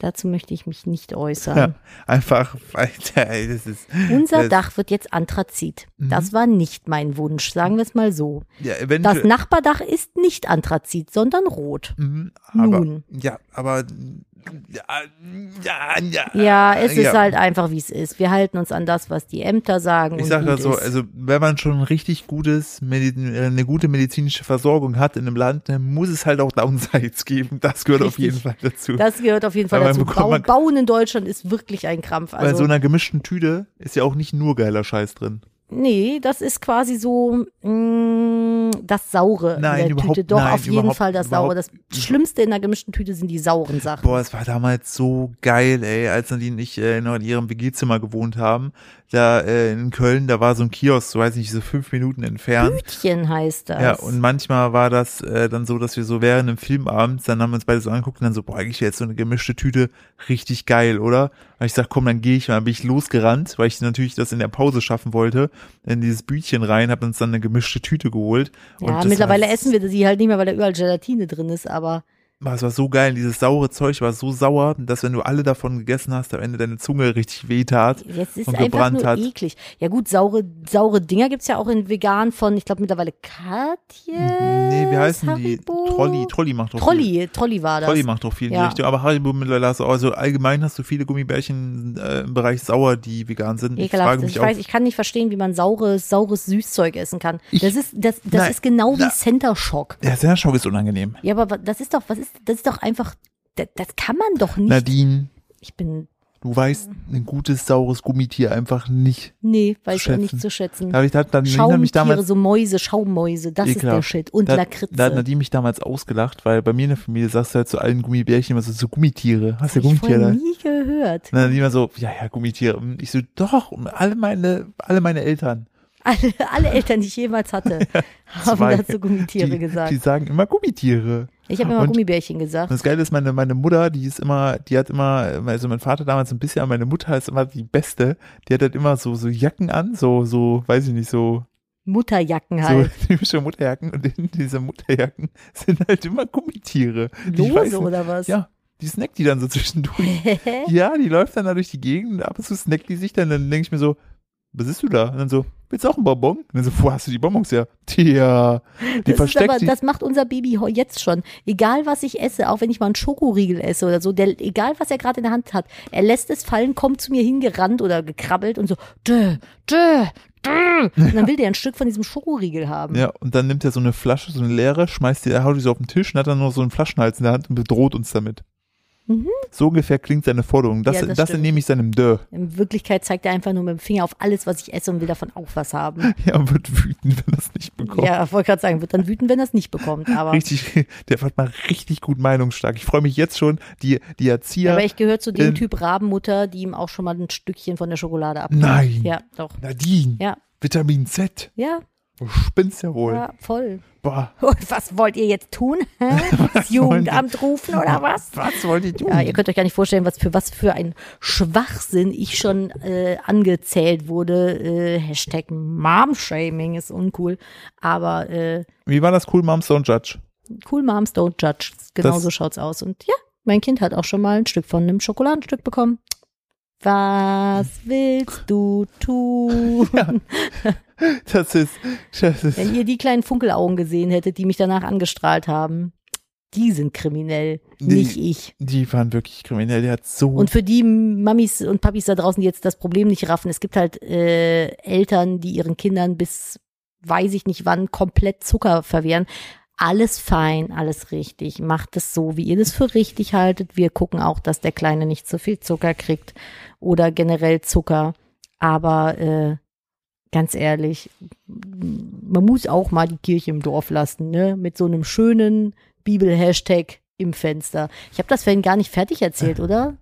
S2: dazu möchte ich mich nicht
S1: Ja,
S2: äußern.
S1: einfach, (laughs) Alter, ey, das ist,
S2: Unser
S1: das-
S2: Dach wird jetzt Anthrazit.
S1: Mhm.
S2: Das war nicht mein Wunsch, sagen wir es mal so.
S1: ja,
S2: Das
S1: eventuell,
S2: Nachbardach ist nicht Anthrazit, sondern rot.
S1: Mhm, aber,
S2: Nun.
S1: Ja, aber ja, ja, ja.
S2: Ja, es ist
S1: Äh, ja.
S2: halt einfach, wie es ist. Wir halten uns an das, was die Ämter sagen.
S1: Ich
S2: und
S1: sage
S2: gut
S1: das so,
S2: ist.
S1: also wenn man schon ein richtig gutes, Medi- äh, eine gute medizinische Versorgung hat in einem Land, dann muss es halt auch Downsides (laughs) geben. Das gehört auf
S2: Richtig.
S1: jeden Fall dazu.
S2: Das gehört auf jeden Fall
S1: Weil man
S2: dazu.
S1: bekommt-
S2: Bau,
S1: man-
S2: Bauen in Deutschland ist wirklich ein Krampf.
S1: Bei
S2: Also,
S1: so einer gemischten Tüte ist ja auch nicht nur geiler Scheiß drin.
S2: nee, das ist quasi so mh, das Saure
S1: Nein,
S2: in der
S1: überhaupt-
S2: Tüte. Doch,
S1: nein,
S2: auf jeden
S1: überhaupt-
S2: Fall das Saure. Das
S1: überhaupt-
S2: Schlimmste in der gemischten Tüte sind die sauren Sachen.
S1: Boah, es war damals so geil, ey, als Nadine und ich äh, noch in ihrem WG-Zimmer gewohnt haben. Da äh, in Köln, da war so ein Kiosk, so weiß nicht, so fünf Minuten entfernt.
S2: Bütchen heißt das.
S1: Ja, und manchmal war das äh, dann so, dass wir so während einem Filmabend, dann haben wir uns beide so angeguckt und dann so, boah, eigentlich wäre jetzt so eine gemischte Tüte richtig geil, oder? Und ich sag, komm, dann gehe ich mal, dann bin ich losgerannt, weil ich natürlich das in der Pause schaffen wollte, in dieses Bütchen rein, hab uns dann eine gemischte Tüte geholt.
S2: ja,
S1: das
S2: mittlerweile
S1: war,
S2: essen wir sie halt nicht mehr, weil da überall Gelatine drin ist, aber
S1: Boah, es war so geil, dieses saure Zeug war so sauer, dass wenn du alle davon gegessen hast, am Ende deine Zunge richtig weh tat.
S2: Jetzt ist
S1: und
S2: einfach
S1: gebrannt
S2: nur
S1: hat.
S2: eklig. Ja gut, saure, saure Dinger gibt's ja auch in vegan von, ich glaube mittlerweile Katjes.
S1: Nee, wie heißen
S2: Haribo?
S1: die? Trolli, Trolli macht doch viel.
S2: Trolli, Trolli war das.
S1: Trolli macht doch viel in
S2: Ja.
S1: die Richtung, aber Haribo mittlerweile hast du, also allgemein hast du viele Gummibärchen äh, im Bereich sauer, die vegan sind. Ich
S2: Ekelhaft.
S1: frage
S2: Ich,
S1: mich auch,
S2: weiß, ich kann nicht verstehen, wie man saures, saures Süßzeug essen kann.
S1: Ich-
S2: das ist, das, das
S1: Nein,
S2: ist genau wie
S1: na-
S2: Center Shock.
S1: der Senderschock ist unangenehm.
S2: Ja, aber wa- das ist doch, was ist, das ist doch einfach, das, das kann man doch nicht.
S1: Nadine,
S2: Ich bin,
S1: Du weißt
S2: Mhm.
S1: ein gutes, saures Gummitier einfach nicht.
S2: nee, weiß ich auch nicht
S1: Schätzen.
S2: zu schätzen.
S1: Da habe ich da, dann erinnert mich
S2: Schaumtiere,
S1: damals.
S2: so Mäuse, Schaummäuse, das ist
S1: Ekelhaft.
S2: der Shit. Und
S1: da,
S2: Lakritze.
S1: da hat Nadine mich damals ausgelacht, weil bei mir in der Familie sagst du halt zu allen Gummibärchen immer so, so Gummitiere. Hast du
S2: ich
S1: Gummitiere?
S2: vorher
S1: da?
S2: nie gehört.
S1: Und dann immer so, ja, ja, Gummitiere. Und ich so, doch, und alle meine, alle meine Eltern,
S2: Alle, alle Eltern, die ich jemals
S1: (laughs)
S2: hatte, haben
S1: zwei.
S2: dazu Gummitiere
S1: die,
S2: gesagt.
S1: die sagen immer Gummitiere.
S2: ich habe immer
S1: und-
S2: Gummibärchen
S1: Und
S2: gesagt.
S1: das Geile ist, meine, meine Mutter, die ist immer, die hat immer, also mein Vater damals ein bisschen, aber meine Mutter ist immer die Beste. Die hat halt immer so, so Jacken an, so, so, weiß ich nicht, so,
S2: Mutterjacken
S1: so
S2: halt.
S1: (laughs) typische Mutterjacken. Und in diese Mutterjacken (laughs) sind halt immer Gummitiere. Und ich weiß nicht,
S2: Lose oder was? (laughs)
S1: Ja, die snackt die dann so zwischendurch. ja, die läuft dann da durch die Gegend und ab und zu snackt die sich dann. Dann denke ich mir so, was ist du da? Und dann so, willst du auch einen Bonbon? Und dann so, wo hast du die Bonbons her? Tja, die
S2: das, ist
S1: versteckt
S2: aber,
S1: die.
S2: das macht unser Baby heu- jetzt schon. Egal was ich esse, auch wenn ich mal einen Schokoriegel esse oder so, der, egal was er gerade in der Hand hat, er lässt es fallen, kommt zu mir hingerannt oder gekrabbelt und so, dö, dö, dö. Und dann will der ein Stück von diesem Schokoriegel haben.
S1: ja, und dann nimmt er so eine Flasche, so eine leere, schmeißt die, haut die so auf den Tisch und hat dann nur so einen Flaschenhals in der Hand und bedroht uns damit.
S2: Mhm.
S1: So ungefähr klingt seine Forderung. Das,
S2: Ja, das
S1: das,
S2: stimmt.
S1: entnehme ich seinem Dö. (laughs)
S2: In Wirklichkeit zeigt er einfach nur mit dem Finger auf alles, was ich esse und will davon auch was haben.
S1: Ja, und wird wütend, wenn das nicht bekommt.
S2: Ja, wollte gerade sagen, wird dann wütend, wenn er es nicht bekommt. Aber,
S1: Richtig, (laughs) der wird mal richtig gut meinungsstark. Ich freue mich jetzt schon, die, die Erzieher.
S2: aber ich gehöre zu dem
S1: Ähm.
S2: Typ Rabenmutter, die ihm auch schon mal ein Stückchen von der Schokolade abnimmt.
S1: Nein.
S2: Ja, doch.
S1: Nadine,
S2: Ja,
S1: Vitamin Z.
S2: ja,
S1: Du spinnst ja wohl.
S2: ja voll. (laughs)
S1: Boah.
S2: Und was wollt ihr jetzt tun?
S1: (laughs)
S2: Hä? Das Jugendamt rufen oder was?
S1: Was wollt ihr tun?
S2: Ja, ihr könnt euch gar nicht vorstellen, was für was für ein Schwachsinn ich schon äh, angezählt wurde. Äh, Hashtag Momshaming ist uncool. Aber äh,
S1: Wie war das Cool Moms Don't
S2: (laughs)
S1: Judge?
S2: cool Moms don't judge. Genau
S1: Das-
S2: so schaut's aus. Und ja, mein Kind hat auch schon mal ein Stück von einem Schokoladenstück bekommen. Was willst du tun?
S1: Das ist, das ist,
S2: Wenn ihr die kleinen Funkelaugen gesehen hättet, die mich danach angestrahlt haben, die sind kriminell,
S1: Nee.
S2: nicht ich.
S1: die waren wirklich kriminell. Der hat so,
S2: Und für die Mamis und Papis da draußen, die jetzt das Problem nicht raffen, es gibt halt äh, Eltern, die ihren Kindern bis weiß ich nicht wann komplett Zucker verwehren. Alles fein, alles richtig. Macht es so, wie ihr das für richtig haltet. Wir gucken auch, dass der Kleine nicht zu viel Zucker kriegt oder generell Zucker. Aber äh, ganz ehrlich, man muss auch mal die Kirche im Dorf lassen, ne? Mit so einem schönen Bibel-Hashtag im Fenster. Ich habe das vorhin gar nicht fertig erzählt, oder?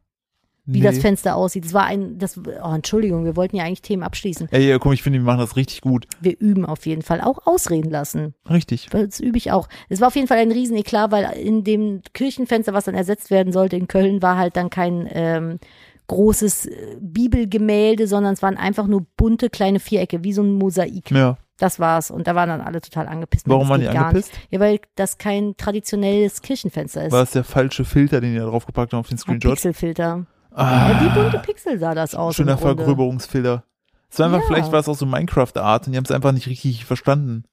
S2: wie
S1: nee.
S2: das Fenster aussieht. Es war ein, das, oh, Entschuldigung, wir wollten ja eigentlich Themen abschließen.
S1: Ey, ja, komm, ich finde, die machen das richtig gut.
S2: Wir üben auf jeden Fall auch ausreden lassen.
S1: Richtig.
S2: Das übe ich auch. Es war auf jeden Fall ein Rieseneklat, weil in dem Kirchenfenster, was dann ersetzt werden sollte in Köln, war halt dann kein ähm, großes äh, Bibelgemälde, sondern es waren einfach nur bunte kleine Vierecke, wie so ein Mosaik.
S1: Ja.
S2: Das war's. Und da waren dann alle total angepisst.
S1: Warum
S2: Das
S1: waren die
S2: geht gar
S1: angepisst?
S2: Nicht. Ja, weil das kein traditionelles Kirchenfenster ist.
S1: War es der falsche Filter, den die da draufgepackt haben auf den
S2: Ein
S1: Screenshot?
S2: Pixelfilter.
S1: Ah,
S2: Ja, wie bunte Pixel sah das aus? im
S1: schöner
S2: Grunde.
S1: Vergröberungsfilter. Es war einfach,
S2: Ja.
S1: vielleicht war es auch so Minecraft-Art und die haben es einfach nicht richtig verstanden.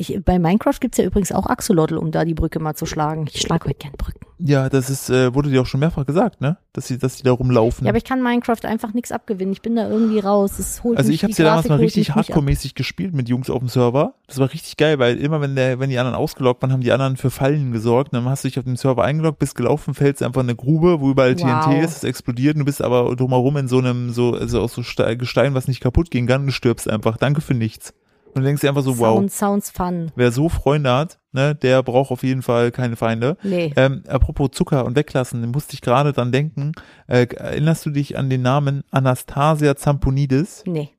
S2: Ich, bei Minecraft gibt's ja übrigens auch Axolotl, um da die Brücke mal zu schlagen. Ich schlage heute gern Brücken.
S1: Ja, das ist, äh, wurde dir auch schon mehrfach gesagt, ne? Dass die, dass die da rumlaufen.
S2: Ja, aber ich kann Minecraft einfach nichts abgewinnen. Ich bin da irgendwie raus. Es holt
S1: Also
S2: mich,
S1: ich habe
S2: die
S1: ja damals
S2: Grafik
S1: mal
S2: holt mich
S1: richtig
S2: nicht ab.
S1: hardcore-mäßig gespielt mit Jungs auf dem Server. Das war richtig geil, weil immer wenn der, wenn die anderen ausgeloggt waren, haben die anderen für Fallen gesorgt. Und dann hast du dich auf dem Server eingeloggt, bist gelaufen, fällst einfach in eine Grube, wo überall
S2: Wow.
S1: TNT ist, es explodiert und du bist aber drumherum in so einem, so, also aus so Ste- Gestein, was nicht kaputt gehen kann, und du stirbst einfach. Danke für nichts. Und du denkst dir einfach so, wow,
S2: Sound, sounds fun.
S1: wer so Freunde hat, ne, der braucht auf jeden Fall keine Feinde.
S2: Nee.
S1: Ähm, apropos Zucker und weglassen, musste ich gerade dran denken. Äh, erinnerst du dich an den Namen Anastasia Zamponidis?
S2: Nee.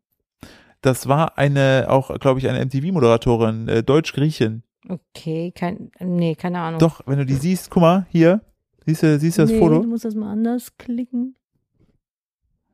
S1: Das war eine, auch glaube ich, eine MTV-Moderatorin, äh, Deutsch-Griechin.
S2: Okay, kein, nee, keine Ahnung.
S1: Doch, wenn du die siehst, guck mal, hier, siehst du, siehst du das
S2: nee, Du
S1: Foto?
S2: musst das mal anders klicken.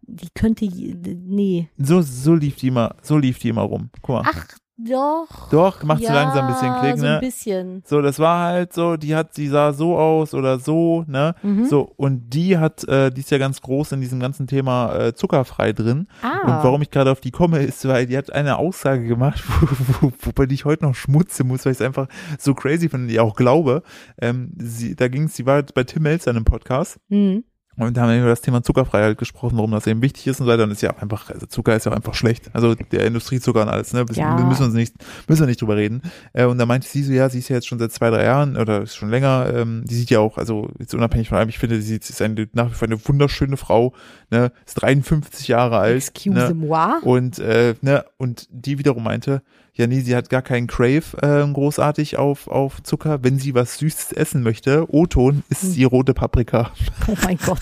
S2: Die könnte, je- nee.
S1: So, so lief die immer, so lief die immer rum. Guck mal.
S2: Ach, doch.
S1: Doch, macht
S2: ja,
S1: sie langsam ein bisschen Klick,
S2: so ein
S1: ne?
S2: bisschen.
S1: So, das war halt so, die hat, sie sah so aus oder so, ne?
S2: Mhm.
S1: So, und die hat, äh, die ist ja ganz groß in diesem ganzen Thema äh, zuckerfrei drin.
S2: Ah.
S1: Und warum ich gerade auf die komme, ist, weil die hat eine Aussage gemacht, (laughs) wo, wo, wobei ich heute noch schmutze muss, weil ich es einfach so crazy finde, und ich auch glaube. Ähm, sie, da ging es, sie war bei Tim Melzer in einem Podcast
S2: Mhm.
S1: Und da haben wir über das Thema Zuckerfreiheit gesprochen, warum das eben wichtig ist und so weiter. Und es ist ja auch einfach, also Zucker ist ja auch einfach schlecht. Also der Industriezucker und alles, ne? Wir
S2: Ja.
S1: müssen uns nicht, müssen wir nicht drüber reden. Äh, und da meinte sie so, ja, sie ist ja jetzt schon seit zwei, drei Jahren oder ist schon länger, ähm, die sieht ja auch, also jetzt unabhängig von allem, ich finde, sie ist eine, nach wie vor eine wunderschöne Frau, ne? Ist 53 Jahre alt.
S2: Excuse
S1: ne?
S2: moi.
S1: Und, äh, ne, und die wiederum meinte, ja, nee, sie hat gar keinen Crave ähm, großartig auf, auf Zucker. Wenn sie was Süßes essen möchte, O-Ton,
S2: Hm.
S1: ist die rote Paprika.
S2: Oh mein Gott.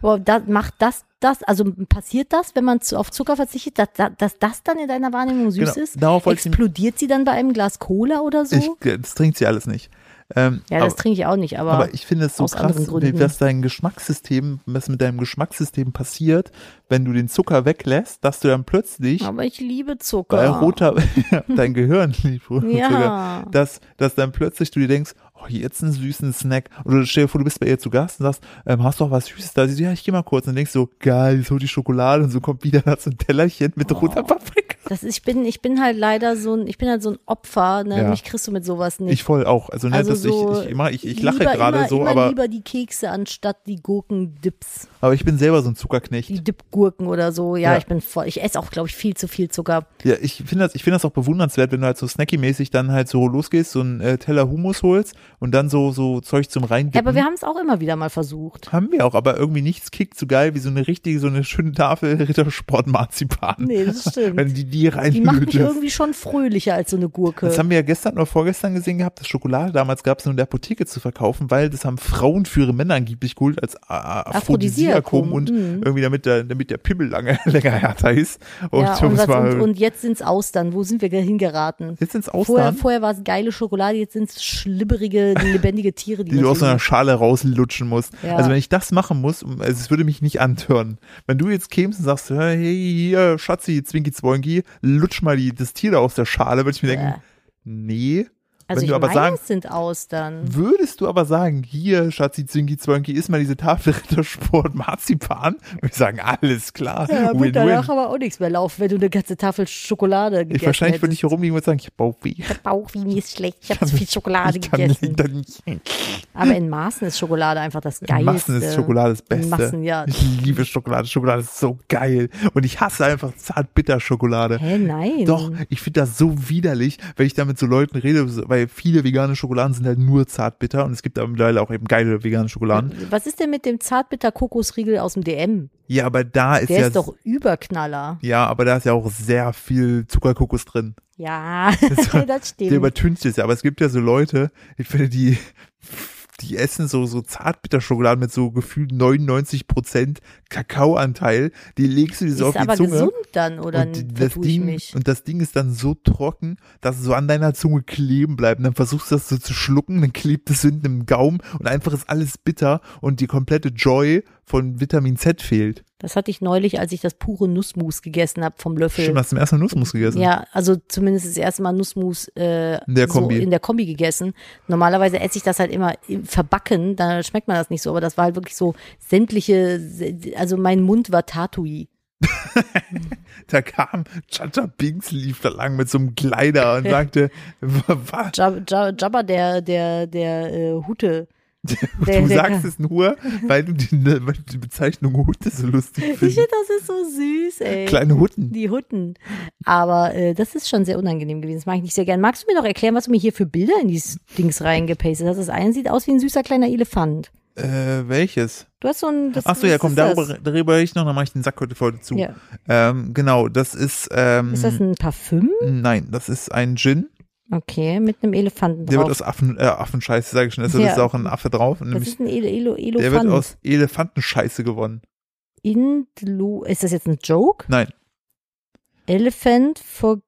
S2: Wow, das, macht das, das, also passiert das, wenn man zu, auf Zucker verzichtet, dass, dass, dass das dann in deiner Wahrnehmung süß
S1: Genau,
S2: ist?
S1: darauf wollte ich-
S2: Explodiert sie dann bei einem Glas Cola oder so?
S1: Ich, äh, das trinkt sie alles nicht. Ähm,
S2: ja, das
S1: aber,
S2: trinke ich auch nicht, aber,
S1: aber ich finde es so
S2: aus anderen
S1: krass,
S2: Gründen.
S1: dass dein Geschmackssystem, was mit deinem Geschmackssystem passiert, wenn du den Zucker weglässt, dass du dann plötzlich
S2: aber ich liebe Zucker.
S1: bei (laughs) roter, dein Gehirn, lieb, roter
S2: Genau. Ja.
S1: Zucker, dass, dass dann plötzlich du dir denkst, oh, jetzt einen süßen Snack. Oder stell dir vor, du bist bei ihr zu Gast und sagst, ähm, hast du auch was Süßes da? Sie so, ja, ich geh mal kurz. Und denkst so, geil, jetzt holt die Schokolade und so kommt wieder das so ein Tellerchen
S2: Oh.
S1: mit roter Paprika.
S2: Das ist, ich bin, ich bin halt leider so ein, ich bin halt so ein Opfer, ne?
S1: Ja.
S2: mich kriegst du mit sowas nicht.
S1: Ich voll auch. Also, ne,
S2: also
S1: das,
S2: so
S1: ich, ich, immer, ich, ich lache
S2: lieber
S1: gerade
S2: immer-
S1: so,
S2: immer
S1: aber,
S2: lieber die Kekse anstatt die Gurkendips,
S1: aber ich bin selber so ein Zuckerknecht.
S2: die Dipgurken oder so. Ja,
S1: Ja.
S2: ich bin voll, ich esse auch, glaube ich, viel zu viel Zucker.
S1: Ja, ich finde das, ich finde das auch bewundernswert, wenn du halt so snacky-mäßig dann halt so losgehst, so einen äh, Teller Hummus holst und dann so, so Zeug zum Reindippen.
S2: Ja, aber wir haben es auch immer wieder mal versucht.
S1: haben wir auch, aber irgendwie nichts kickt so geil wie so eine richtige, so eine schöne Tafel (laughs) Rittersport-Marzipan. (laughs)
S2: Nee, das stimmt.
S1: Wenn die die (laughs)
S2: Die macht mich
S1: reinlötest.
S2: irgendwie schon fröhlicher als so eine
S1: Das
S2: Gurke.
S1: haben wir ja gestern oder vorgestern gesehen gehabt, dass Schokolade damals gab es nur in der Apotheke zu verkaufen, weil das haben Frauen für ihre Männer angeblich geholt als A- A- Aphrodisiakum
S2: Aphrodisiakum,
S1: und
S2: mhm.
S1: irgendwie damit der, damit der Pimmel lange, (laughs) länger härter ist. Und, (laughs)
S2: Ja,
S1: um
S2: und,
S1: es
S2: was,
S1: mal-
S2: und, und jetzt sind's Austern. Wo sind wir hingeraten?
S1: jetzt ins
S2: Vorher,
S1: Ausland.
S2: vorher war es geile Schokolade, jetzt sind's schlibberige, lebendige Tiere, die,
S1: die du
S2: man
S1: aus so einer Schale rauslutschen musst.
S2: Ja.
S1: Also wenn ich das machen muss, um- also es würde mich nicht antören. Wenn du jetzt kämst und sagst, hey, hier, Schatzi, Zwinki Zwonki, lutsch mal die, das Tier da aus der Schale, würde ich mir denken,
S2: Äh.
S1: nee.
S2: Also
S1: wenn
S2: ich
S1: du aber
S2: meine,
S1: sagen,
S2: es sind Austern.
S1: würdest du aber sagen, hier, Schatzi, Zwinki Zwonki, isst mal diese Tafel Rittersport Marzipan, würde ich sagen, alles klar,
S2: Ja,
S1: win,
S2: wird danach
S1: win.
S2: aber auch nichts mehr laufen, wenn du eine ganze Tafel Schokolade gegessen
S1: Ich, wahrscheinlich würde
S2: hättest.
S1: ich hier rumliegen und sagen, ich hab Bauchweh. Ich
S2: Der Bauch, wie mir ist schlecht. Ich habe zu viel Schokolade
S1: kann
S2: gegessen.
S1: nicht, dann nicht. um-
S2: Aber in Maßen ist Schokolade einfach das Geilste.
S1: Massen ist Schokolade das Beste.
S2: Massen, ja.
S1: Ich liebe Schokolade. Schokolade ist so geil. Und ich hasse einfach Zartbitterschokolade.
S2: Hä, nein.
S1: Doch, ich finde das so widerlich, wenn ich da mit so Leuten rede, weil viele vegane Schokoladen sind halt nur zartbitter und es gibt aber mittlerweile auch eben geile vegane Schokoladen.
S2: Was ist denn mit dem Zartbitter-Kokosriegel aus dem DM?
S1: Ja, aber da ist
S2: Der
S1: ja.
S2: ist doch Überknaller.
S1: ja, aber da ist ja auch sehr viel Zuckerkokos drin.
S2: Ja, (laughs) das
S1: (laughs) Der
S2: stimmt.
S1: übertüncht es ja. Aber es gibt ja so Leute, ich finde, die, die essen so, so Zartbitterschokolade mit so gefühlt 99% Kakaoanteil. Die legst du dir so
S2: ist
S1: auf die
S2: aber
S1: Zunge.
S2: gesund dann, oder
S1: und, die- das
S2: vertue ich
S1: Ding,
S2: mich?
S1: und das Ding ist dann so trocken, dass es so an deiner Zunge kleben bleibt. Und dann versuchst du das so zu schlucken, dann klebt es so hinten im Gaumen und einfach ist alles bitter und die komplette Joy von Vitamin Z fehlt.
S2: Das hatte ich neulich, als ich das pure Nussmus gegessen habe vom
S1: Stimmt,
S2: Löffel.
S1: hast du zum ersten Mal Nussmus gegessen?
S2: Ja, also zumindest das erste Mal Nussmus äh,
S1: In der
S2: so
S1: Kombi.
S2: in der Kombi gegessen. Normalerweise esse ich das halt immer im- verbacken, da schmeckt man das nicht so, aber das war halt wirklich so sämtliche, also mein Mund war Tatui.
S1: Da kam Chacha Binks lief da lang mit so einem Kleider
S2: (laughs)
S1: und sagte, was?
S2: Jab, Jab, Jabba, der, der, der äh, Hute. Der-
S1: Du
S2: der-
S1: sagst es nur, weil du die, weil du die Bezeichnung Hutte so lustig
S2: Ich
S1: findest.
S2: finde, das ist so süß, ey.
S1: Kleine Hutten.
S2: Die Hutten. Aber äh, das ist schon sehr unangenehm gewesen. Das mag ich nicht sehr gern. Magst du mir noch erklären, was du mir hier für Bilder in dieses Dings reingepastet hast? Das eine sieht aus wie ein süßer kleiner Elefant.
S1: Äh, welches?
S2: Du hast so ein. Das,
S1: Ach so,
S2: was
S1: ja,
S2: ist
S1: komm,
S2: das?
S1: darüber, darüber rede ich noch, dann mache ich den Sack heute voll zu.
S2: Ja.
S1: Ähm, genau, das ist, ähm,
S2: Ist das ein Parfüm?
S1: nein, das ist ein Gin,
S2: Okay, mit einem Elefanten
S1: der wird
S2: drauf.
S1: aus Affen, äh, Affenscheiße, sage ich schon, deshalb
S2: Ja.
S1: ist auch ein Affe drauf,
S2: Das
S1: nämlich,
S2: ist ein Ele Elo Elefant.
S1: der wird aus Elefantenscheiße gewonnen.
S2: Indlo ist das jetzt ein Joke?
S1: Nein,
S2: Elephant for.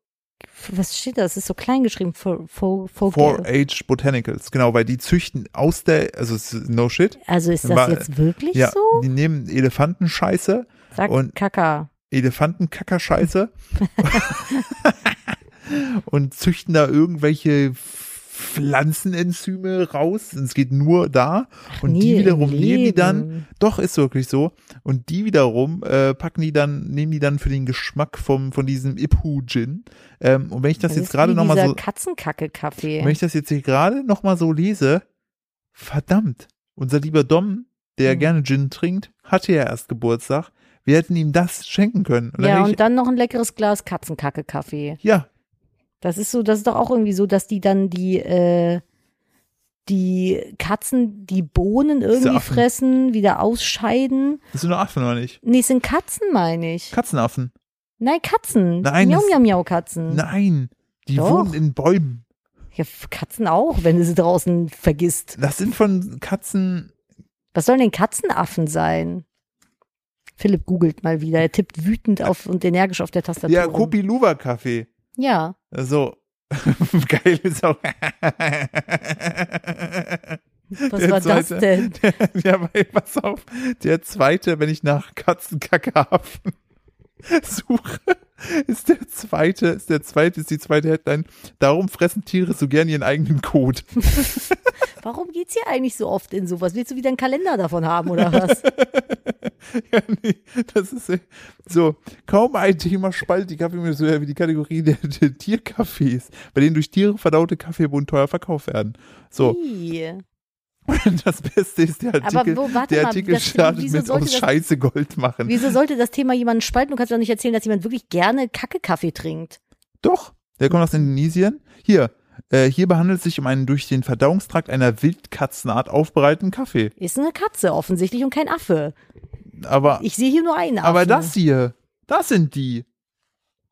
S2: Was steht da? Das ist so klein geschrieben. For, for, for,
S1: 4-H Botanicals, genau, weil die züchten aus der, also es ist no shit,
S2: Also ist das
S1: War-
S2: jetzt wirklich
S1: ja,
S2: so?
S1: die nehmen Elefantenscheiße,
S2: Sag
S1: und-
S2: Kaka.
S1: Elefantenkackerscheiße (laughs) und züchten da irgendwelche Pflanzenenzyme raus. Und es geht nur da. und
S2: nie
S1: die
S2: im
S1: wiederum nehmen die
S2: Leben.
S1: dann, doch ist wirklich so. Und die wiederum äh, packen die dann, nehmen die dann für den Geschmack vom, von diesem Ipu-Gin. Ähm, und wenn ich das, jetzt
S2: ist
S1: gerade
S2: wie
S1: nochmal
S2: dieser
S1: so,
S2: Katzenkacke-Kaffee.
S1: wenn ich das jetzt hier gerade nochmal so lese, verdammt, unser lieber Dom
S2: Mhm.
S1: der gerne Gin trinkt, hatte ja erst Geburtstag. Wir hätten ihm das schenken können. Und dann
S2: ja,
S1: hätte ich,
S2: und dann noch ein leckeres Glas Katzenkacke-Kaffee.
S1: ja,
S2: Das ist so, das ist doch auch irgendwie so, dass die dann die, äh, die Katzen die Bohnen irgendwie
S1: Affen.
S2: fressen, wieder ausscheiden.
S1: das sind nur Affen, oder nicht?
S2: Nee, es sind Katzen, meine ich.
S1: Katzenaffen.
S2: Nein, Katzen.
S1: Nein,
S2: Miau,
S1: das-
S2: miau, miau, Katzen.
S1: Nein, die
S2: Hm. Doch.
S1: wohnen in Bäumen.
S2: Ja, f- Katzen auch, wenn du sie draußen vergisst.
S1: Das sind von Katzen,
S2: Was sollen denn Katzenaffen sein? Philipp googelt mal wieder. Er tippt wütend auf und energisch auf der Tastatur.
S1: ja,
S2: rum.
S1: Kopi Luwa Kaffee. (laughs)
S2: Ja.
S1: So. Geil ist auch. (laughs)
S2: Was
S1: Der
S2: war das
S1: zweite.
S2: denn?
S1: ja, weil, pass auf, der zweite, wenn ich nach Katzenkackehafen (laughs) suche, ist der zweite, ist der zweite, ist die zweite Headline. Darum fressen Tiere so gern ihren eigenen Kot.
S2: Warum geht's hier eigentlich so oft in sowas? Willst du wieder einen Kalender davon haben
S1: (laughs)
S2: oder was?
S1: Ja, (laughs) nee, das ist äh, so. Kaum ein Thema spaltet die Kaffeemühle so sehr wie die Kategorie der, der Tierkaffees, bei denen durch Tiere verdaute Kaffeebohnen teuer verkauft werden. So, (laughs)
S2: Ih.
S1: und das Beste ist der
S2: Aber
S1: Artikel.
S2: wo- warte
S1: der
S2: mal,
S1: Artikel
S2: das-
S1: startet
S2: wieso
S1: mit
S2: sollte
S1: aus
S2: das-
S1: Scheiße Gold machen.
S2: Wieso sollte das Thema jemanden spalten? Du kannst mir doch nicht erzählen, dass jemand wirklich gerne Kacke-Kaffee trinkt.
S1: Doch, der kommt aus Indonesien. Hier, äh, hierbei handelt es sich um einen durch den Verdauungstrakt einer Wildkatzenart aufbereiteten Kaffee.
S2: Ist eine Katze offensichtlich und kein Affe.
S1: Aber,
S2: Ich sehe hier nur einen Affen.
S1: aber das hier, das sind die.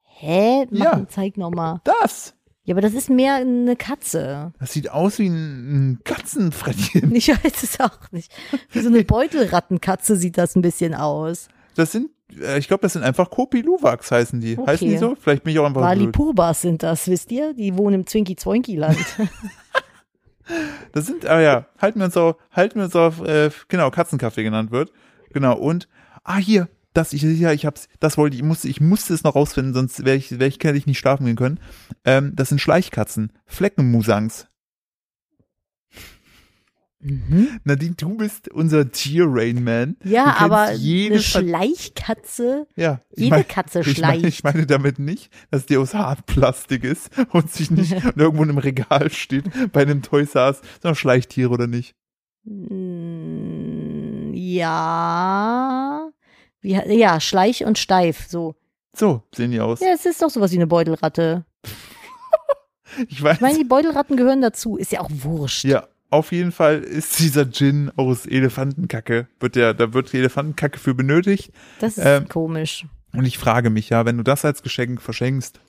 S2: Hä? Mach,
S1: Ja.
S2: Zeig nochmal.
S1: Das.
S2: Ja, aber das ist mehr eine Katze. (laughs)
S1: Das sieht aus wie ein, ein Katzenfrettchen.
S2: Ich weiß es auch nicht. Wie so eine Beutelrattenkatze sieht das ein bisschen aus.
S1: Das sind, äh, ich glaube, das sind einfach Kopi Luwaks heißen die. Heißen die
S2: Okay.
S1: so? Vielleicht bin ich auch einfach blöd.
S2: Walipubas sind das, wisst ihr? Die wohnen
S1: (laughs)
S2: im Zwinki-Zwoinki-Land.
S1: Das sind, ah ja, halten wir uns auf, halten wir uns auf, äh, genau, Katzenkaffee genannt wird. Genau, und, ah, hier, das, ich, ja, ich hab's, das wollte ich, musste, ich musste es noch rausfinden, sonst wäre ich, wäre ich, hätte ich nicht schlafen gehen können. Ähm, das sind Schleichkatzen, Fleckenmusangs.
S2: Mhm.
S1: Nadine, du bist unser Tier-Rain-Man. Du
S2: Ja,
S1: kennst
S2: aber
S1: jede
S2: eine
S1: Ver-
S2: Schleichkatze,
S1: ja, ich
S2: jede
S1: mein-
S2: Katze
S1: Ich meine,
S2: schleicht.
S1: ich meine damit nicht, dass die aus Hartplastik ist und sich
S2: (laughs)
S1: nicht irgendwo in einem Regal steht, bei einem Toy saß, sondern Schleichtiere oder nicht.
S2: Mm, Ja. Wie, ja, schleich und steif, so.
S1: So sehen die aus.
S2: Ja, es ist doch sowas wie eine Beutelratte.
S1: Ich weiß
S2: Ich meine, die Beutelratten gehören dazu. Ist ja auch wurscht.
S1: Ja, auf jeden Fall ist dieser Gin aus Elefantenkacke. Wird der, da wird die Elefantenkacke für benötigt.
S2: Das ist
S1: Ähm,
S2: komisch.
S1: Und ich frage mich, ja, wenn du das als Geschenk verschenkst,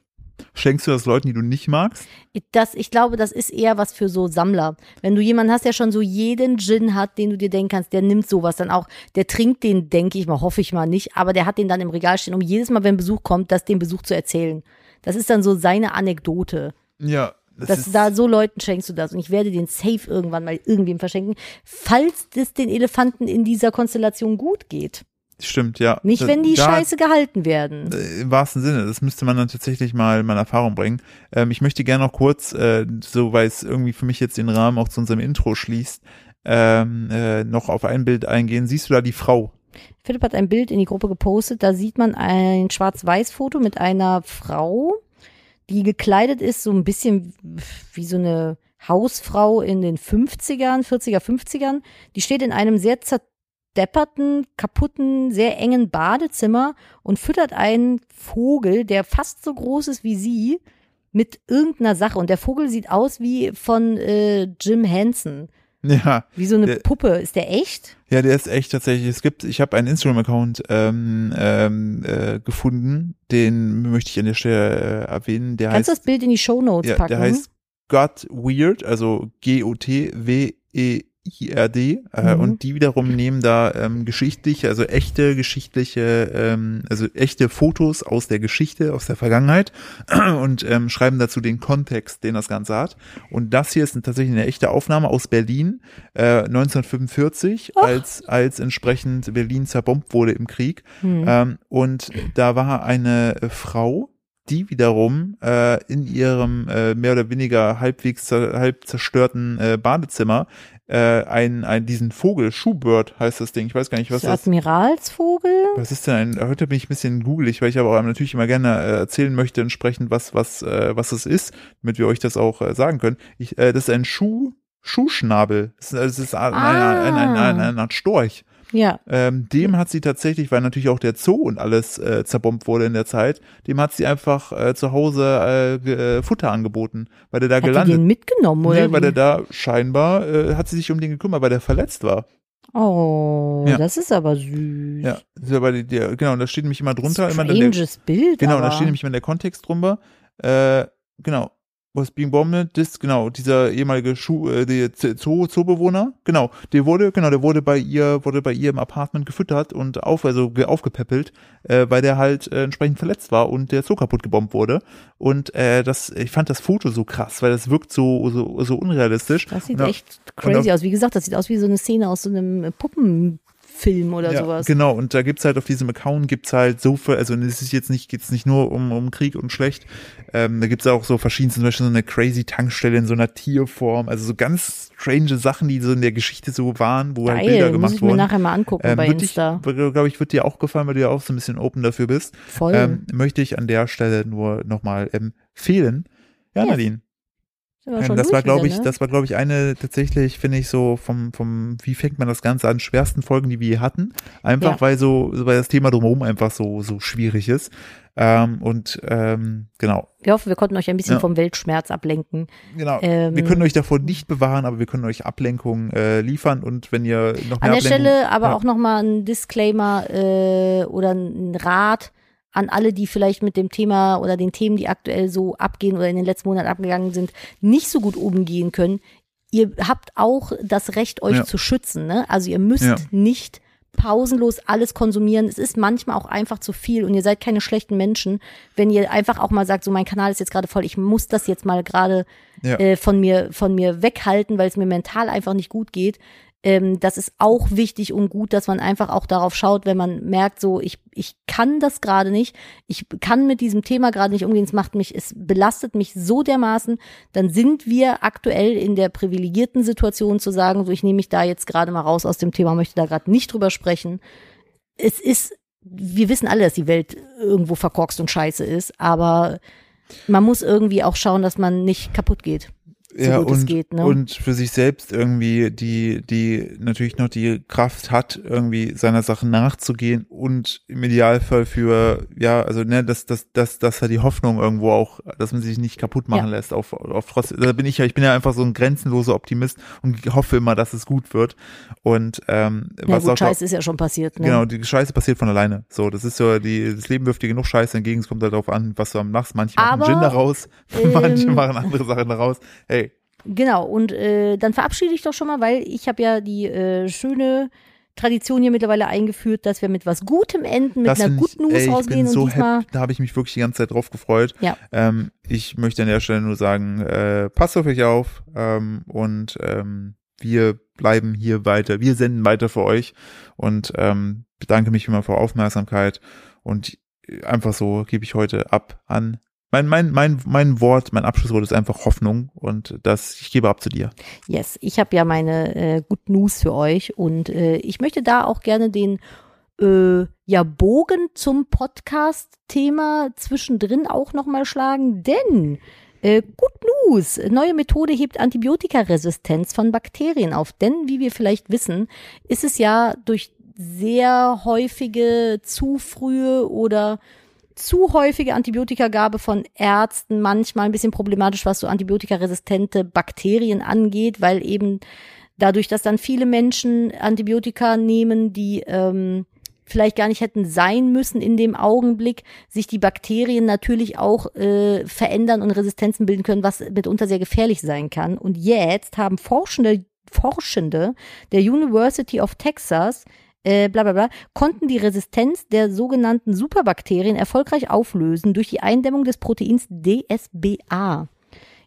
S1: schenkst du das Leuten, die du nicht magst?
S2: Ich- Das, ich glaube, das ist eher was für so Sammler. Wenn du jemanden hast, der schon so jeden Gin hat, den du dir denken kannst, der nimmt sowas dann auch. Der trinkt den, denke ich mal, hoffe ich mal nicht, aber der hat den dann im Regal stehen, um jedes Mal, wenn Besuch kommt, das dem Besuch zu erzählen. Das ist dann so seine Anekdote.
S1: Ja, das,
S2: Das
S1: ist,
S2: da so Leuten schenkst du das und ich werde den safe irgendwann mal irgendwem verschenken, falls es den Elefanten in dieser Konstellation gut geht.
S1: stimmt, ja.
S2: Nicht,
S1: Da-
S2: wenn die
S1: da,
S2: scheiße gehalten werden.
S1: äh, Im wahrsten Sinne, das müsste man dann tatsächlich mal mal in Erfahrung bringen. Ähm, ich möchte gerne noch kurz, äh, so weil es irgendwie für mich jetzt den Rahmen auch zu unserem Intro schließt, ähm, äh, noch auf ein Bild eingehen. Siehst du da die Frau? (laughs)
S2: Philipp hat ein Bild in die Gruppe gepostet, da sieht man ein Schwarz-Weiß-Foto mit einer Frau, die gekleidet ist, so ein bisschen wie so eine Hausfrau in den 50ern, 40er, 50ern. Die steht in einem sehr zerdepperten, kaputten, sehr engen Badezimmer und füttert einen Vogel, der fast so groß ist wie sie, mit irgendeiner Sache. Und der Vogel sieht aus wie von äh, Jim Henson.
S1: Ja.
S2: Wie so eine
S1: Der-
S2: Puppe. Ist der echt?
S1: Ja, der ist echt tatsächlich. Es gibt, ich habe einen Instagram-Account ähm, ähm, äh, gefunden, den möchte ich an der Stelle äh, erwähnen. Der
S2: Kannst du das
S1: heißt,
S2: Bild in die Shownotes
S1: ja,
S2: packen?
S1: der heißt Got Weird, also E G-O-T-W-E-I-R-D. Äh,
S2: Mhm.
S1: Und die wiederum nehmen da ähm, geschichtliche, also echte geschichtliche, ähm, also echte Fotos aus der Geschichte, aus der Vergangenheit (clears throat) und ähm, schreiben dazu den Kontext, den das Ganze hat. Und das hier ist tatsächlich eine echte Aufnahme aus Berlin äh, 1945, als, als entsprechend Berlin zerbombt wurde im Krieg.
S2: Hm.
S1: Ähm, und da war eine äh, Frau, die wiederum äh, in ihrem äh, mehr oder weniger halbwegs zer halb zerstörten äh, Badezimmer äh, einen, einen, diesen Vogel, Shoebird heißt das Ding, ich weiß gar nicht, was
S2: So
S1: das
S2: Admiralsvogel?
S1: was ist denn ein, heute bin ich ein bisschen googelig, weil ich aber auch natürlich immer gerne äh, erzählen möchte entsprechend, was, was, äh, was es ist, damit wir euch das auch äh, sagen können. Ich, äh, das ist ein Schuh, Schuhschnabel. Das ist, äh, das ist ah, ein, ein, ein, ein, ein, ein Storch.
S2: Ja.
S1: Ähm, dem hat sie tatsächlich, weil natürlich auch der Zoo und alles äh, zerbombt wurde in der Zeit, dem hat sie einfach äh, zu Hause äh, ge- äh, Futter angeboten, weil der da
S2: Hat die
S1: gelandet.
S2: den mitgenommen, oder?
S1: nee, weil der
S2: wie?
S1: da scheinbar äh, hat sie sich um den gekümmert, weil der verletzt war.
S2: Oh,
S1: Ja.
S2: das ist aber süß.
S1: Ja, das ist aber die, die, genau, und da steht nämlich immer drunter, immer dann der,
S2: Stranges Bild.
S1: genau,
S2: aber.
S1: da steht nämlich immer der Kontext drüber. Äh, genau, was being bombed ist, genau, dieser ehemalige Schuh, äh, der Z- Zoo, Zoobewohner, genau, der wurde, genau, der wurde bei ihr, wurde bei ihr im Apartment gefüttert und auf, also ge- aufgepäppelt, äh, weil der halt äh, entsprechend verletzt war und der Zoo kaputt gebombt wurde. Und äh, das, ich fand das Foto so krass, weil das wirkt so, so, so unrealistisch.
S2: Das sieht
S1: Und da-
S2: echt crazy aus. Wie gesagt, das sieht aus wie so eine Szene aus so einem äh, Puppenfilm oder
S1: ja,
S2: sowas.
S1: Genau, und da gibt's halt auf diesem Account gibt's halt so viel, also es ist jetzt nicht, geht's nicht nur um, um Krieg und Schlecht, ähm, da gibt's auch so verschiedene, zum Beispiel so eine crazy Tankstelle in so einer Tierform, also so ganz strange Sachen, die so in der Geschichte so waren, wo halt Bilder
S2: Geil, muss
S1: gemacht
S2: ich mir
S1: wurden.
S2: nachher mal angucken
S1: ähm,
S2: bei
S1: würde ich,
S2: Insta.
S1: glaube ich, wird dir auch gefallen, weil du ja auch so ein bisschen open dafür bist.
S2: Voll.
S1: Ähm, möchte ich an der Stelle nur nochmal empfehlen. Ja,
S2: Ja,
S1: Nadine.
S2: Sind wir
S1: Ähm,
S2: schon
S1: das
S2: durch
S1: war, glaube
S2: wieder,
S1: ich,
S2: ne?
S1: das war, glaube ich, eine tatsächlich, finde ich, so vom, vom, wie fängt man das Ganze an, schwersten Folgen, die wir je hatten. Einfach
S2: Ja.
S1: weil so, weil das Thema drumherum einfach so, so schwierig ist. Ähm, und ähm, genau.
S2: Wir hoffen, wir konnten euch ein bisschen
S1: Ja.
S2: vom Weltschmerz ablenken.
S1: Genau.
S2: Ähm,
S1: wir können euch davor nicht bewahren, aber wir können euch Ablenkung äh, liefern und wenn ihr noch
S2: An
S1: mehr
S2: der
S1: Ablenkung,
S2: Stelle aber
S1: ja.
S2: auch nochmal ein Disclaimer äh, oder ein Rat an alle, die vielleicht mit dem Thema oder den Themen, die aktuell so abgehen oder in den letzten Monaten abgegangen sind, nicht so gut umgehen können. Ihr habt auch das Recht, euch
S1: Ja.
S2: zu schützen. Ne? Also ihr müsst
S1: Ja.
S2: nicht pausenlos alles konsumieren. Es ist manchmal auch einfach zu viel und ihr seid keine schlechten Menschen, wenn ihr einfach auch mal sagt, so mein Kanal ist jetzt gerade voll, ich muss das jetzt mal gerade
S1: Ja.
S2: äh, von mir von mir weghalten, weil es mir mental einfach nicht gut geht. Ähm, das ist auch wichtig und gut, dass man einfach auch darauf schaut, wenn man merkt, so ich ich kann das gerade nicht, ich kann mit diesem Thema gerade nicht umgehen, es macht mich, es belastet mich so dermaßen, dann sind wir aktuell in der privilegierten Situation zu sagen, so ich nehme mich da jetzt gerade mal raus aus dem Thema, möchte da gerade nicht drüber sprechen. Es ist wir wissen alle, dass die Welt irgendwo verkorkst und scheiße ist, aber man muss irgendwie auch schauen, dass man nicht kaputt geht. so
S1: ja,
S2: gut
S1: und,
S2: es geht, ne?
S1: und für sich selbst irgendwie die, die natürlich noch die Kraft hat, irgendwie seiner Sache nachzugehen und im Idealfall für, ja, also ne, dass das, das, das ja die Hoffnung irgendwo auch, dass man sich nicht kaputt machen
S2: Ja.
S1: lässt auf, auf trotz, da bin ich ja, ich bin ja einfach so ein grenzenloser Optimist und hoffe immer, dass es gut wird. Und ähm,
S2: Na
S1: was
S2: gut,
S1: auch
S2: Scheiß ist ja schon passiert. Ne?
S1: Genau, die Scheiße passiert von alleine. So, das ist so, die, das Leben wirft dir genug Scheiße entgegen, es kommt halt darauf an, was du am machst. Manche machen
S2: Aber,
S1: Gin daraus, (laughs) manche
S2: ähm,
S1: machen andere Sachen daraus. Hey,
S2: Genau, und äh, dann verabschiede ich doch schon mal, weil ich habe ja die äh, schöne Tradition hier mittlerweile eingeführt, dass wir mit was Gutem enden, mit
S1: das
S2: einer
S1: find
S2: guten News
S1: ich, ey, ich
S2: rausgehen
S1: bin so
S2: und diesmal.
S1: happy, da habe ich mich wirklich die ganze Zeit drauf gefreut.
S2: Ja.
S1: Ähm, ich möchte an der Stelle nur sagen, äh, passt auf euch auf ähm, und ähm, wir bleiben hier weiter, wir senden weiter für euch und ähm, bedanke mich immer für Aufmerksamkeit und äh, einfach so gebe ich heute ab an mein, mein, mein, mein Wort, mein Abschlusswort ist einfach Hoffnung und das, ich gebe ab zu dir.
S2: Yes, ich habe ja meine äh, guten News für euch und äh, ich möchte da auch gerne den äh, ja, Bogen zum Podcast-Thema zwischendrin auch nochmal schlagen, denn äh, Good News, neue Methode hebt Antibiotikaresistenz von Bakterien auf, denn wie wir vielleicht wissen, ist es ja durch sehr häufige, zu frühe oder zu häufige Antibiotikagabe von Ärzten manchmal ein bisschen problematisch, was so antibiotikaresistente Bakterien angeht, weil eben dadurch, dass dann viele Menschen Antibiotika nehmen, die ähm, vielleicht gar nicht hätten sein müssen in dem Augenblick, sich die Bakterien natürlich auch äh, verändern und Resistenzen bilden können, was mitunter sehr gefährlich sein kann. Und jetzt haben Forschende, Forschende der University of Texas äh, bla bla bla, konnten die Resistenz der sogenannten Superbakterien erfolgreich auflösen durch die Eindämmung des Proteins DSBA.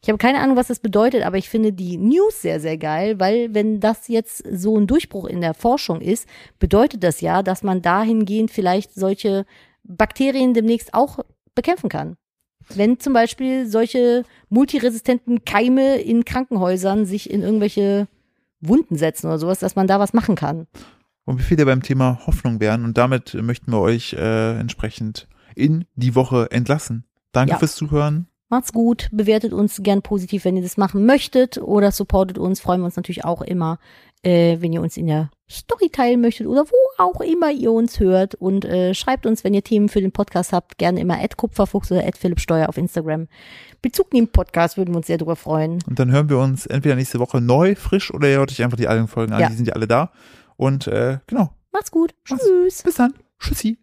S2: Ich habe keine Ahnung, was das bedeutet, aber ich finde die News sehr, sehr geil, weil wenn das jetzt so ein Durchbruch in der Forschung ist, bedeutet das ja, dass man dahingehend vielleicht solche Bakterien demnächst auch bekämpfen kann. Wenn zum Beispiel solche multiresistenten Keime in Krankenhäusern sich in irgendwelche Wunden setzen oder sowas, dass man da was machen kann.
S1: Und wir wieder beim Thema Hoffnung wären und damit möchten wir euch äh, entsprechend in die Woche entlassen. Danke
S2: Ja.
S1: fürs Zuhören.
S2: Macht's gut, bewertet uns gern positiv, wenn ihr das machen möchtet oder supportet uns, freuen wir uns natürlich auch immer, äh, wenn ihr uns in der Story teilen möchtet oder wo auch immer ihr uns hört und äh, schreibt uns, wenn ihr Themen für den Podcast habt, gerne immer at kupferfuchs oder at philippsteuer auf Instagram. Bezug nehmen Podcast, würden wir uns sehr drüber freuen.
S1: Und dann hören wir uns entweder nächste Woche neu, frisch oder ihr hört euch einfach die alten Folgen an,
S2: Ja.
S1: die sind ja alle da. Und äh, genau,
S2: Macht's gut,
S1: Macht's-
S2: tschüss.
S1: bis dann. Tschüssi.